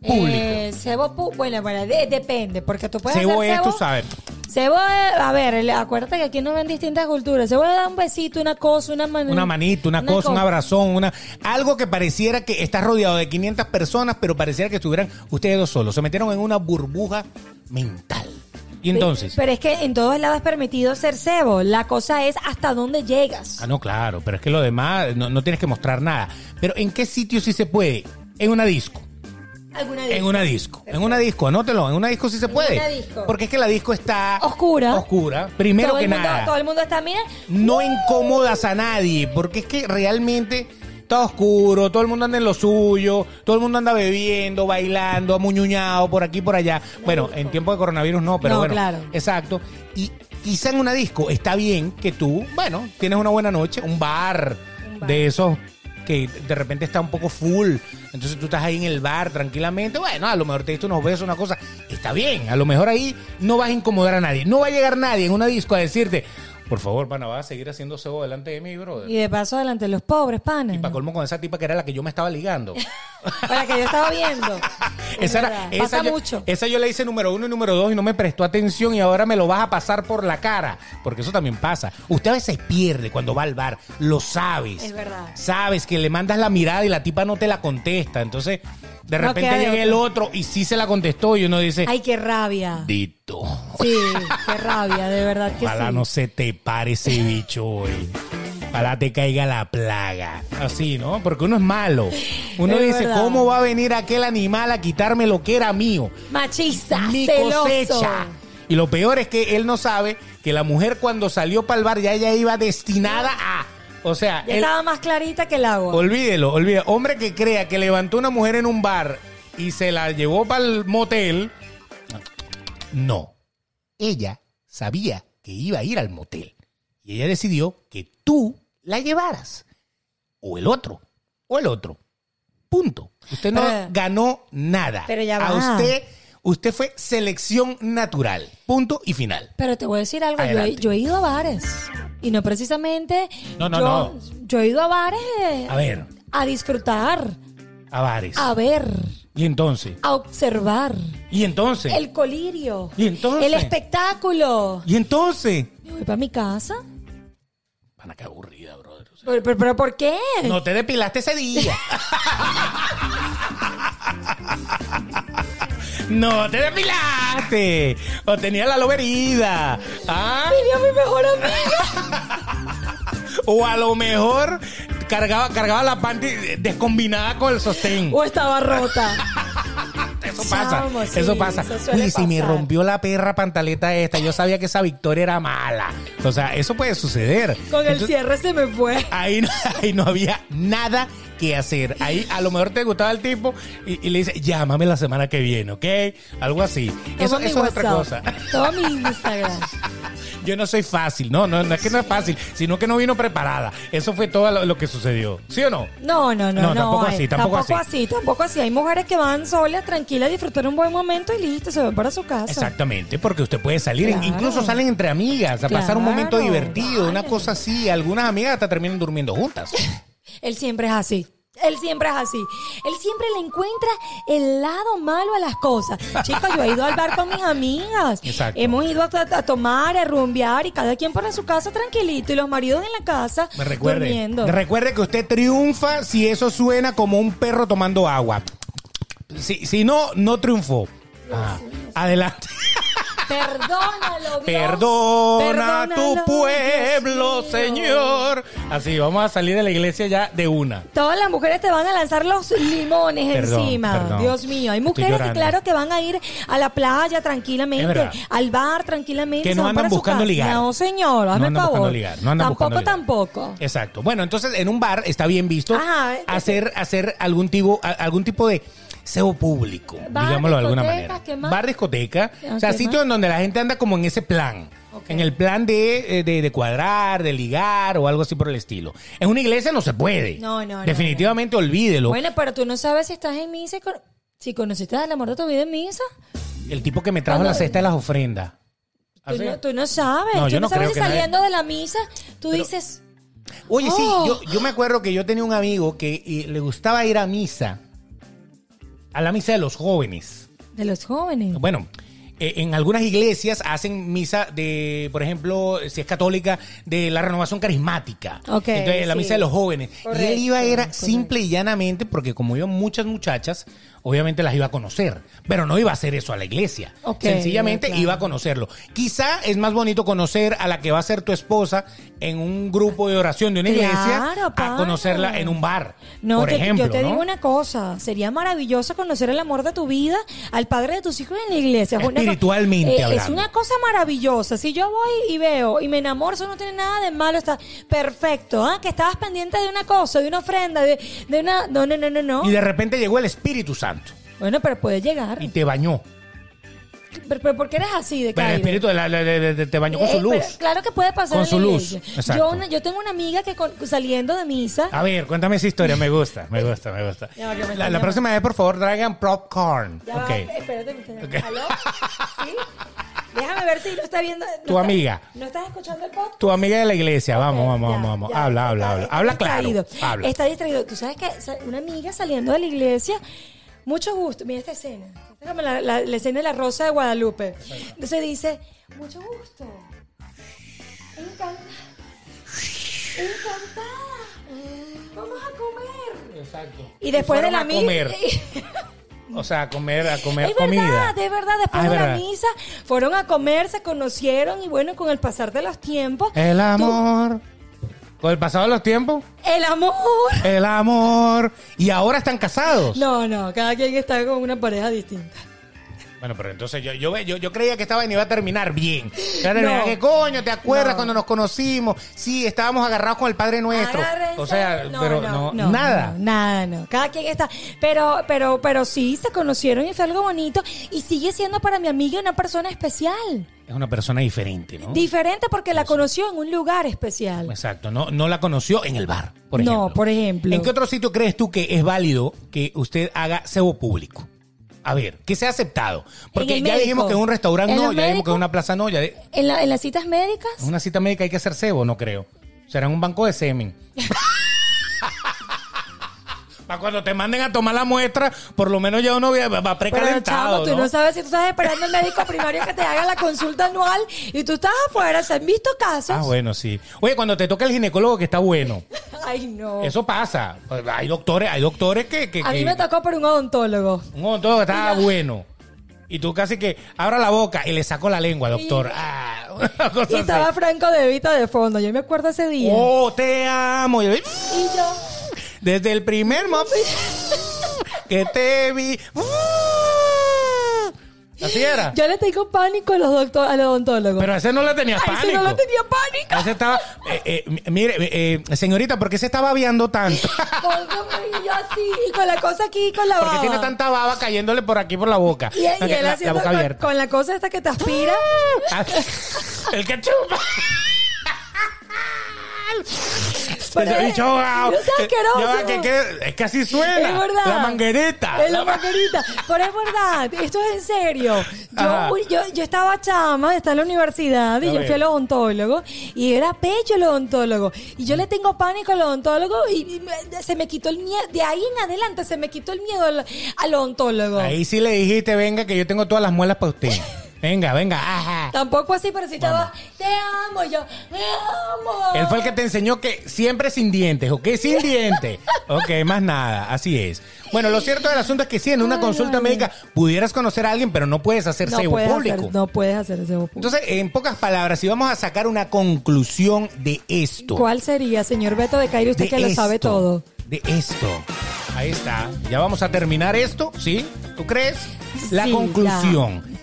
A: público.
B: Eh, cebo, pu- bueno, bueno, de- depende, porque tú puedes
A: cebo
B: hacer
A: es,
B: cebo.
A: tú sabes.
B: Cebo, eh, a ver, el- acuérdate que aquí nos ven distintas culturas. Cebo da un besito, una cosa, una manita.
A: Una manita, una, cosa, un abrazón, una algo que pareciera que estás rodeado de 500 personas, pero pareciera que estuvieran ustedes dos solos. Se metieron en una burbuja mental. Y entonces,
B: Pero es que en todos lados es permitido ser cebo. La cosa es hasta dónde llegas.
A: ah no, claro, pero es que lo demás no, no tienes que mostrar nada. Pero ¿en qué sitio sí se puede? En una disco.
B: Alguna
A: En una disco. En una disco, anótelo. En una disco sí se puede.
B: una disco.
A: Porque es que la disco está.
B: Oscura.
A: Oscura. Primero
B: Todo
A: que
B: el mundo-
A: nada.
B: Todo el mundo está, mira.
A: No incomodas a nadie. Porque es que realmente. Está oscuro, todo el mundo anda en lo suyo, todo el mundo anda bebiendo, bailando, amuñuñado, por aquí, por allá. Bueno, en tiempo de coronavirus no, pero
B: No,
A: bueno.
B: claro.
A: Exacto. Y quizá en una disco está bien que tú, bueno, tienes una buena noche, un bar,
B: Un bar.
A: de esos que de repente está un poco full. Entonces tú estás ahí en el bar tranquilamente. Bueno, a lo mejor te diste unos besos, una cosa. Está bien, a lo mejor ahí no vas a incomodar a nadie. No va a llegar nadie en una disco a decirte, por favor, pana, vas a seguir haciendo cebo delante de mí, brother.
B: Y de paso delante de los pobres, pana.
A: Y para
B: ¿no?
A: colmo con esa tipa que era la que yo me estaba ligando.
B: Para que yo estaba viendo. Es
A: Esa, era,
B: verdad.
A: esa,
B: Pasa
A: yo, eh,
B: mucho.
A: esa yo le hice número uno y número dos y no me prestó atención y ahora me lo vas a pasar por la cara. Porque eso también pasa. Usted a veces pierde cuando va al bar. Lo sabes.
B: Es verdad.
A: Sabes que le mandas la mirada y la tipa no te la contesta. Entonces, de
B: No
A: repente
B: queda de
A: llega
B: otra.
A: el otro y sí se la contestó y uno dice,
B: Ay, qué rabia.
A: Dito,
B: Sí, qué rabia, de verdad que
A: ojalá
B: sí.
A: no se te pare ese bicho hoy. Ojalá te caiga la plaga. Así, ¿no? Porque uno es malo. Uno
B: Es
A: dice,
B: verdad.
A: ¿cómo va a venir aquel animal a quitarme lo que era mío?
B: Machista,
A: mi
B: celoso.
A: cosecha. Y lo peor es que él no sabe que la mujer cuando salió para el bar ya ella iba destinada a... O sea,
B: Ya
A: él-
B: estaba más clarita que el agua.
A: olvídelo, olvídelo. Hombre que crea que levantó una mujer en un bar y se la llevó para el motel. No. Ella sabía que iba a ir al motel. Y ella decidió que tú la llevaras. O el otro. O el otro. Punto. Usted no
B: Pero-
A: ganó nada.
B: Pero ya
A: A
B: va.
A: usted, usted fue selección natural. Punto y final.
B: Pero te voy a decir algo, yo he,
A: Adelante.
B: yo he ido a bares. Y no precisamente.
A: No, no,
B: yo,
A: no.
B: Yo he ido a bares eh,
A: A ver,
B: a disfrutar,
A: a bares.
B: a ver,
A: Y entonces.
B: a observar.
A: Y entonces.
B: El colirio.
A: ¿Y entonces?
B: El espectáculo.
A: Y entonces.
B: Me voy para mi casa.
A: Pana, qué aburrida, brother. O sea,
B: ¿Pero, pero- pero por qué?
A: No te depilaste ese día. No te depilaste. O tenía la loberida. ¿Ah?
B: Tenía a mi mejor amiga.
A: O a lo mejor cargaba, cargaba la panty descombinada con el sostén.
B: o estaba rota.
A: Eso pasa.
B: Chamo, sí,
A: eso pasa.
B: eso suele
A: Uy, si me
B: pasar.
A: rompió la perra pantaleta esta, yo sabía que esa victoria era mala. O sea, eso puede suceder.
B: Con el
A: Entonces,
B: cierre se me fue.
A: Ahí no, ahí no había nada que hacer. Ahí a lo mejor te gustaba el tipo y, y le dice, llámame la semana que viene, ¿ok? Algo así. Eso,
B: Toma mi
A: eso es otra cosa.
B: WhatsApp, Toma mi Instagram.
A: Yo no soy fácil, no, no, no es que no es fácil, sino que no vino preparada. Eso fue todo lo, lo que sucedió. ¿Sí o no?
B: No, no, no,
A: No,
B: no.
A: tampoco así,
B: eh,
A: tampoco
B: así. tampoco así. Hay mujeres que van solas, tranquilas, a disfrutar un buen momento y listo, se van para su casa.
A: Exactamente, porque usted puede salir,
B: Claro.
A: incluso salen entre amigas a pasar un
B: Claro,
A: momento divertido, una
B: vale.
A: cosa así. Algunas amigas hasta terminan durmiendo juntas.
B: Él siempre es así. Él siempre es así. Él siempre le encuentra el lado malo a las cosas. Chicos, yo he ido al bar con mis amigas.
A: Exacto.
B: Hemos ido a, a tomar, a rumbear y cada quien para su casa tranquilito y los maridos en la casa
A: Me recuerde,
B: durmiendo.
A: me recuerde que usted triunfa si eso suena como un perro tomando agua. Si, si no, no triunfó. Ah, adelante.
B: Perdónalo, Dios.
A: Perdona
B: Perdónalo,
A: tu
B: Dios
A: pueblo,
B: mío.
A: Señor. Así, vamos a salir de la iglesia ya de una.
B: Todas las mujeres te van a lanzar los limones
A: Perdón,
B: encima.
A: perdón.
B: Dios mío, hay
A: Estoy
B: mujeres que
A: llorando.
B: claro que van a ir a la playa
A: Es
B: tranquilamente,
A: verdad.
B: al bar tranquilamente.
A: Que
B: se
A: no
B: van
A: andan
B: para su
A: buscando
B: casa.
A: ligar.
B: No, señor, hazme
A: andan buscando
B: favor.
A: ligar, no andan
B: tampoco,
A: buscando ligar. Eh,
B: tampoco.
A: Exacto. Bueno, entonces en un bar está bien visto
B: Ajá, ese-
A: hacer, hacer algún tipo, a- algún tipo de cebo público,
B: Bar,
A: digámoslo de alguna
B: discoteca,
A: manera.
B: ¿qué más?
A: Bar discoteca,
B: Ah,
A: o sea,
B: ¿qué
A: sitio en donde la gente anda como en ese plan.
B: Ok.
A: En el plan de, eh, de, de cuadrar, de ligar o algo así por el estilo. En una iglesia no se puede.
B: No, no, no,
A: Definitivamente olvídelo.
B: Bueno, pero tú no sabes si estás en misa. y con- Si conociste al amor de tu vida en misa.
A: El tipo que me trajo
B: Cuando-
A: la cesta de las ofrendas.
B: Tú
A: Así.
B: no, tú no sabes.
A: ¿Ah, No,
B: tú
A: yo
B: no
A: no
B: sabes
A: creo
B: si
A: que nadie-
B: saliendo de la misa tú dices.
A: Oye, sí,
B: Oh.
A: yo, yo me acuerdo que yo tenía un amigo que eh, le gustaba ir a misa, a la misa de los jóvenes.
B: De los jóvenes.
A: Bueno, eh, en algunas iglesias hacen misa de, por ejemplo, si es católica, de la renovación carismática.
B: Ok,
A: Entonces, la
B: sí.
A: misa de los jóvenes. y él iba
B: Correcto,
A: era
B: correcto.
A: simple y llanamente, porque como iba muchas muchachas, obviamente las iba a conocer, pero no iba a hacer eso a la iglesia.
B: Ok,
A: Sencillamente
B: claro.
A: iba a conocerlo. Quizá es más bonito conocer a la que va a ser tu esposa en un grupo de oración de una iglesia
B: Claro,
A: a
B: pana.
A: conocerla en un bar.
B: No,
A: por
B: yo,
A: ejemplo,
B: yo te
A: ¿no?
B: digo una cosa, sería maravilloso conocer el amor de tu vida al padre de tus hijos en la iglesia. Es una co- eh,
A: Espiritualmente
B: es
A: hablando.
B: una cosa maravillosa. Si yo voy y veo y me enamoro, eso no tiene nada de malo, está perfecto. Ah, que estabas pendiente de una cosa, de una ofrenda, de, de una... No, no, no, no, no.
A: Y de repente llegó el Espíritu Santo
B: Bueno, pero puede llegar.
A: y te bañó.
B: Pero, pero ¿por qué eres así de
A: Pero el
B: caído?
A: espíritu de la- de- de- de- te bañó con su
B: Eh, pero
A: luz.
B: claro que puede pasar
A: Con
B: en la
A: su luz,
B: iglesia.
A: exacto.
B: Yo, una- yo tengo una amiga que con- saliendo de misa...
A: A ver, cuéntame esa historia. Me gusta, me gusta, me gusta.
B: Ya va, que me
A: La,
B: están
A: la
B: llamando.
A: próxima vez, por favor, traigan popcorn.
B: Ya va, eh,
A: Ok.
B: espérate, me está-
A: Ok.
B: ¿Aló? ¿Sí? Déjame ver si lo está viendo. no
A: Tu
B: está-
A: amiga.
B: ¿No estás escuchando el podcast?
A: Tu amiga de la iglesia. Vamos, vamos,
B: Ya,
A: vamos, vamos.
B: ya,
A: Habla,
B: está-
A: habla, habla.
B: está
A: Habla claro.
B: distraído.
A: Habla.
B: Está distraído. Tú sabes que sa- una amiga saliendo de la iglesia, mucho gusto. Mira esta escena. Esta es como La, la- la escena de la Rosa de Guadalupe. Entonces dice, mucho gusto. Encantada. Encantada. Vamos a comer.
A: Exacto.
B: Y después de la
A: Fueron a comer.
B: misa.
A: O sea, a comer, a comer
B: es
A: comida.
B: verdad, es verdad. Después
A: Ah, es
B: de la
A: verdad.
B: misa fueron a comer, se conocieron y bueno, con el pasar de los tiempos,
A: El amor. Con el pasado de los tiempos,
B: el amor.
A: el amor. Y ahora están casados.
B: No, no, cada quien está con una pareja distinta.
A: Bueno, pero entonces yo, yo, yo, yo creía que esta vaina iba a terminar bien. Iba a terminar,
B: No.
A: ¿Qué coño? ¿Te acuerdas
B: No.
A: cuando nos conocimos? Sí, estábamos agarrados con el Padre Nuestro.
B: Agárrense.
A: O sea,
B: No,
A: pero no,
B: no, no,
A: nada.
B: no, nada, no. Cada quien está. Pero, pero, pero sí, se conocieron y fue algo bonito. Y sigue siendo para mi amiga una persona especial.
A: Es una persona diferente, ¿no?
B: Diferente porque la conoció en un lugar especial.
A: Exacto, no, no la conoció en el bar, por
B: No,
A: ejemplo.
B: por ejemplo.
A: ¿En qué otro sitio crees tú que es válido que usted haga cebo público? A ver, que sea aceptado. Porque
B: el
A: ya
B: médico.
A: dijimos que en un restaurante
B: ¿En
A: no, ya
B: los
A: dijimos que
B: médicos?
A: en una plaza no, ya de-
B: ¿En, la- en las citas médicas?
A: en una cita médica hay que hacer cebo, no creo. Será en un banco de semen. Para cuando te manden a tomar la muestra, por lo menos ya uno va- va
B: Pero chamo,
A: precalentado.
B: tú ¿no?
A: ¿no?
B: sabes si tú estás esperando al médico primario que te haga la consulta anual y tú estás afuera, se han visto casos.
A: Ah, bueno, sí. Oye, cuando te toca el ginecólogo que está bueno.
B: Ay, no.
A: Eso pasa. Hay doctores, hay doctores que, que-
B: a mí
A: que-
B: me tocó por un odontólogo.
A: Un odontólogo que estaba bueno. Y tú casi que abra la boca y le sacó la lengua, doctor. Ah, una cosa
B: Y
A: así.
B: estaba Franco De Vita de fondo, yo me acuerdo ese día.
A: Oh, te amo. Y-
B: Y yo,
A: Desde el primer momento que te vi. Así era.
B: yo le tengo pánico a los, doctor, a los odontólogos.
A: Pero a ese no le tenía
B: Ay,
A: pánico.
B: si no lo tenía pánico.
A: A ese estaba. eh, eh, m- mire, eh, eh, señorita, ¿por qué se está babeando tanto?
B: Porque yo así, y con la cosa aquí, con la
A: ¿Por
B: baba.
A: qué tiene tanta baba cayéndole por aquí por la boca?
B: y, y él
A: Ok, la- la,
B: haciendo
A: boca
B: con,
A: abierta.
B: con la cosa esta que te aspira.
A: Ah, el que chupa.
B: Pero
A: Ese
B: es-
A: bicho ahogado.
B: es asqueroso.
A: Ya va, Eh, que quede- es que así suena.
B: Es verdad.
A: La manguerita.
B: Es la manguerita. Pero es verdad, esto es en serio.
A: Ajá.
B: Yo, yo, yo estaba chama, estaba en la universidad y
A: A
B: yo
A: ver.
B: fui al odontólogo y era pecho el odontólogo. Y yo le tengo pánico al odontólogo y, y me- se me quitó el miedo. De ahí en adelante se me quitó el miedo al, al odontólogo.
A: Ahí sí le dijiste, venga, que yo tengo todas las muelas para usted. Venga, venga. Ajá.
B: Tampoco así, pero sí estaba, te amo, y yo, te amo.
A: Él fue el que te enseñó que siempre sin dientes, ¿ok? Sin dientes. Ok, más nada, así es. Bueno, lo cierto del asunto es que sí, en una
B: Ay,
A: consulta
B: ay.
A: médica pudieras conocer a alguien, pero no puedes hacer
B: no
A: cebo
B: puedes
A: público.
B: Hacer, no puedes hacer ese público.
A: Entonces, en pocas palabras, si vamos a sacar una conclusión de esto.
B: ¿Cuál sería, señor Beto de Cairo, usted
A: de
B: que lo sabe
A: esto,
B: todo?
A: De esto. Ahí está. Ya vamos a terminar esto, ¿sí? ¿Tú crees? La
B: Sí,
A: conclusión.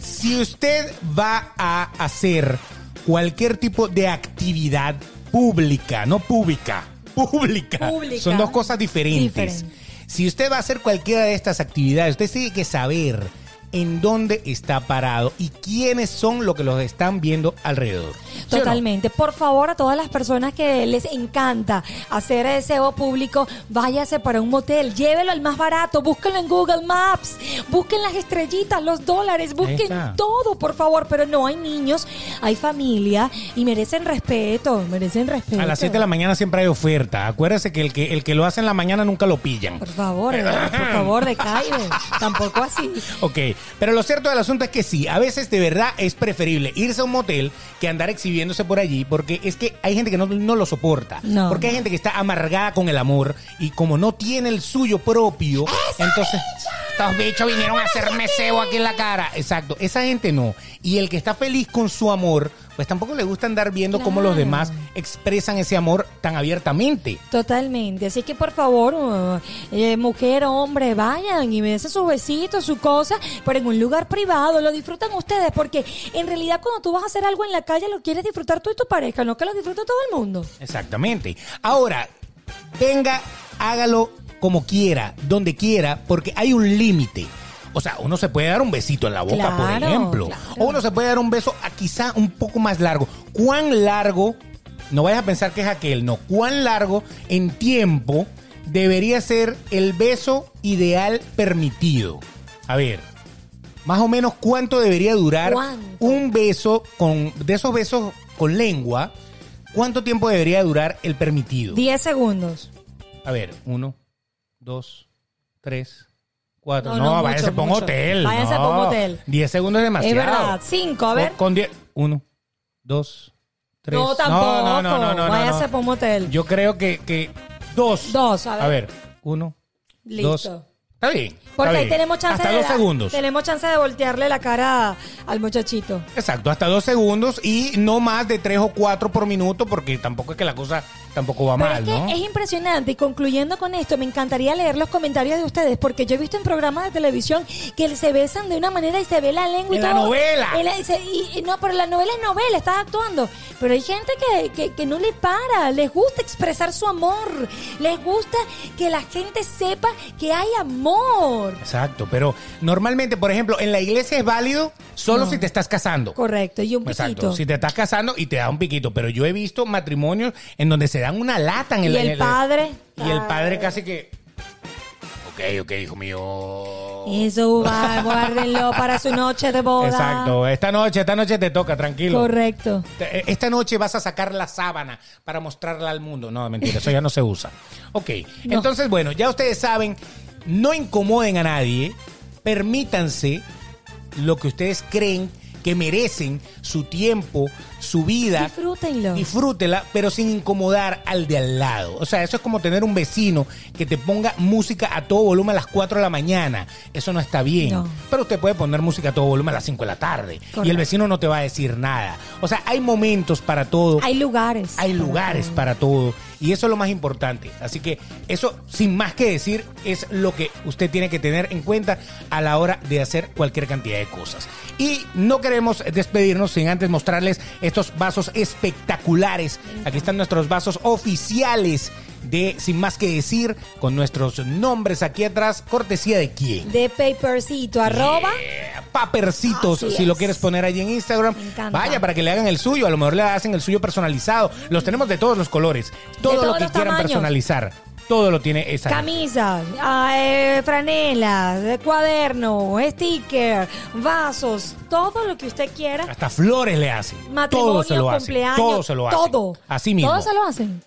A: Si usted va a hacer cualquier tipo de actividad pública, no pública, pública,
B: Pública.
A: son dos cosas diferentes.
B: Diferente.
A: Si usted va a hacer cualquiera de estas actividades, usted tiene que saber en dónde está parado y quiénes son los que los están viendo alrededor. ¿Sí o no?
B: Totalmente. Por favor, a todas las personas que les encanta hacer SEO público, váyase para un motel, llévelo al más barato, búsquenlo en Google Maps, busquen las estrellitas, los dólares, busquen
A: está.
B: todo, por favor. Pero no, hay niños, hay familia y merecen respeto, merecen respeto.
A: A las 7 de la mañana siempre hay oferta. Acuérdese que el que, el que lo hace en la mañana nunca lo pillan.
B: Por favor, eh, por favor, decae. Tampoco así.
A: Ok, pero lo cierto del asunto es que sí, a veces de verdad es preferible irse a un motel que andar exhibiéndose por allí, porque es que hay gente que no, no lo soporta.
B: No.
A: porque hay gente que está amargada con el amor y como no tiene el suyo propio, entonces estos bichos vinieron a hacerme cebo aquí en la cara. Exacto, esa gente no. Y el que está feliz con su amor, pues tampoco le gusta andar viendo cómo los
B: Claro.
A: demás expresan ese amor tan abiertamente.
B: Totalmente. Así que por favor, uh, eh, mujer, hombre, vayan y dense sus besitos, su cosa, pero en un lugar privado, lo disfrutan ustedes, porque en realidad cuando tú vas a hacer algo en la calle, lo quieres disfrutar tú y tu pareja, no que lo disfrute todo el mundo.
A: Exactamente. Ahora, venga, hágalo como quiera, donde quiera, porque hay un límite. O sea, uno se puede dar un besito en la boca, por
B: Claro,
A: ejemplo.
B: claro.
A: O uno se puede dar un beso a quizá un poco más largo. ¿Cuán largo? No vayas a pensar que es aquel, no. ¿Cuán largo en tiempo debería ser el beso ideal permitido? A ver, más o menos cuánto debería durar
B: ¿Cuánto?
A: un beso con de esos besos con lengua, cuánto tiempo debería durar el permitido.
B: 10 segundos.
A: A ver, uno, dos, tres, cuatro.
B: No,
A: No,
B: no, mucho,
A: váyase por un
B: mucho.
A: hotel.
B: Váyase
A: no.
B: pa' un hotel.
A: Diez segundos es demasiado.
B: Es verdad. Cinco, a
A: Con-
B: ver.
A: Con, diez. Uno, dos, tres.
B: No, tampoco.
A: No, no, no, no, no,
B: Váyase
A: no.
B: pa' un motel.
A: Yo creo que, que dos.
B: Dos, a ver.
A: uno,
B: Listo.
A: dos. Está bien. está
B: Porque ahí
A: bien.
B: tenemos chance
A: Hasta
B: de
A: dos
B: dar-
A: segundos.
B: Tenemos chance de voltearle la cara al muchachito.
A: Exacto, hasta dos segundos y no más de tres o cuatro por minuto porque tampoco es que la cosa tampoco va
B: Pero
A: mal,
B: es que
A: ¿no?
B: es impresionante y concluyendo con esto, me encantaría leer los comentarios de ustedes porque yo he visto en programas de televisión que se besan de una manera y se ve la lengua y
A: En la
B: todo.
A: novela.
B: En la- y se- y- y no, pero la novela es novela, estás actuando. Pero hay gente que, que- que no le para, les gusta expresar su amor, les gusta que la gente sepa que hay amor.
A: Exacto, pero normalmente, por ejemplo, en la iglesia es válido solo si te estás casando.
B: Correcto, y un piquito.
A: Exacto, si te estás casando y te da un piquito, pero yo he visto matrimonios en donde se dan una lata en el
B: Y el
A: en
B: padre.
A: Y el padre casi que Ok, ok, hijo mío.
B: Eso va, guárdenlo para su noche de boda.
A: Exacto, esta noche, esta noche te toca, tranquilo.
B: Correcto.
A: Te- eh, Esta noche vas a sacar la sábana para mostrarla al mundo. No, mentira, eso ya no se usa. Ok,
B: No.
A: entonces, bueno, ya ustedes saben, no incomoden a nadie, permítanse lo que ustedes creen que merecen su tiempo, su vida.
B: Disfrútenlo.
A: Disfrútela, pero sin incomodar al de al lado. O sea, eso es como tener un vecino que te ponga música a todo volumen a las 4 de la mañana. Eso no está bien.
B: No.
A: Pero usted puede poner música a todo volumen a las 5 de la tarde. Y el
B: Correcto.
A: vecino no te va a decir nada. O sea, hay momentos para todo.
B: Hay lugares.
A: Hay lugares para todo. Y eso es lo más importante. Así que eso, sin más que decir, es lo que usted tiene que tener en cuenta a la hora de hacer cualquier cantidad de cosas. Y no queremos despedirnos sin antes mostrarles estos vasos espectaculares. Aquí están nuestros vasos oficiales de Sin más que decir, con nuestros nombres aquí atrás. ¿Cortesía de quién?
B: de papercito arroba
A: Yeah, Papercitos,
B: Así
A: si lo
B: es.
A: quieres poner allí en Instagram.
B: Me encanta.
A: Vaya, para que le hagan el suyo. A lo mejor le hacen el suyo personalizado. Los tenemos de todos los colores. Todo lo
B: todos
A: que
B: los
A: quieran
B: tamaños.
A: personalizar. Todo lo tiene esa.
B: camisas ah, eh, franelas eh, cuaderno sticker vasos todo lo que usted quiera
A: Hasta flores le hacen. Todo
B: matrimonio
A: se lo hacen.
B: cumpleaños
A: Todo se lo hacen.
B: todo
A: Así mismo.
B: todo se lo hacen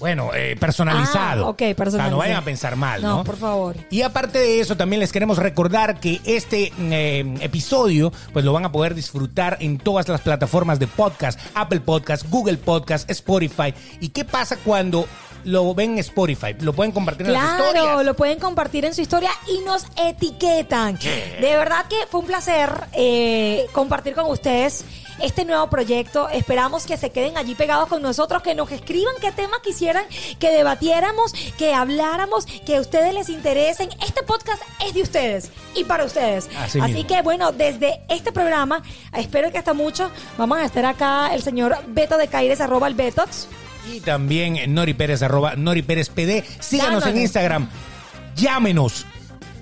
A: Bueno, eh, personalizado.
B: Ah, ok,
A: O sea,
B: personalizado.
A: no vayan a pensar mal, ¿no?
B: No, por favor.
A: Y aparte de eso, también les queremos recordar que este mm, eh, episodio, pues lo van a poder disfrutar en todas las plataformas de podcast, Apple Podcast, Google Podcast, Spotify. ¿Y qué pasa cuando lo ven en Spotify? Lo pueden compartir en las
B: Claro,
A: historias.
B: lo pueden compartir en su historia y nos etiquetan. De verdad que fue un placer eh, compartir con ustedes este nuevo proyecto. Esperamos que se queden allí pegados con nosotros, que nos escriban qué tema quisieran que debatiéramos, que habláramos, que a ustedes les interesen. Este podcast es de ustedes y para ustedes.
A: Así mismo.
B: que bueno, desde este programa, espero que hasta mucho, vamos a estar acá el señor Beto de Caires, arroba el Betox.
A: Y también en Nori Pérez, arroba Nori Pérez PD. Síganos
B: Llámanos.
A: en Instagram. Llámenos.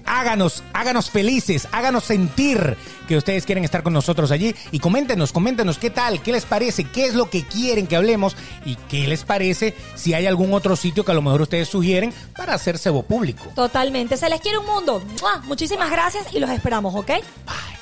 A: háganos, háganos felices, háganos sentir que ustedes quieren estar con nosotros allí y coméntenos, coméntenos qué tal, qué les parece, qué es lo que quieren que hablemos y qué les parece si hay algún otro sitio que a lo mejor ustedes sugieren para hacer cebo público.
B: Totalmente. Se les quiere un mundo. ¡Mua! Muchísimas gracias y los esperamos, ¿ok?
A: Bye.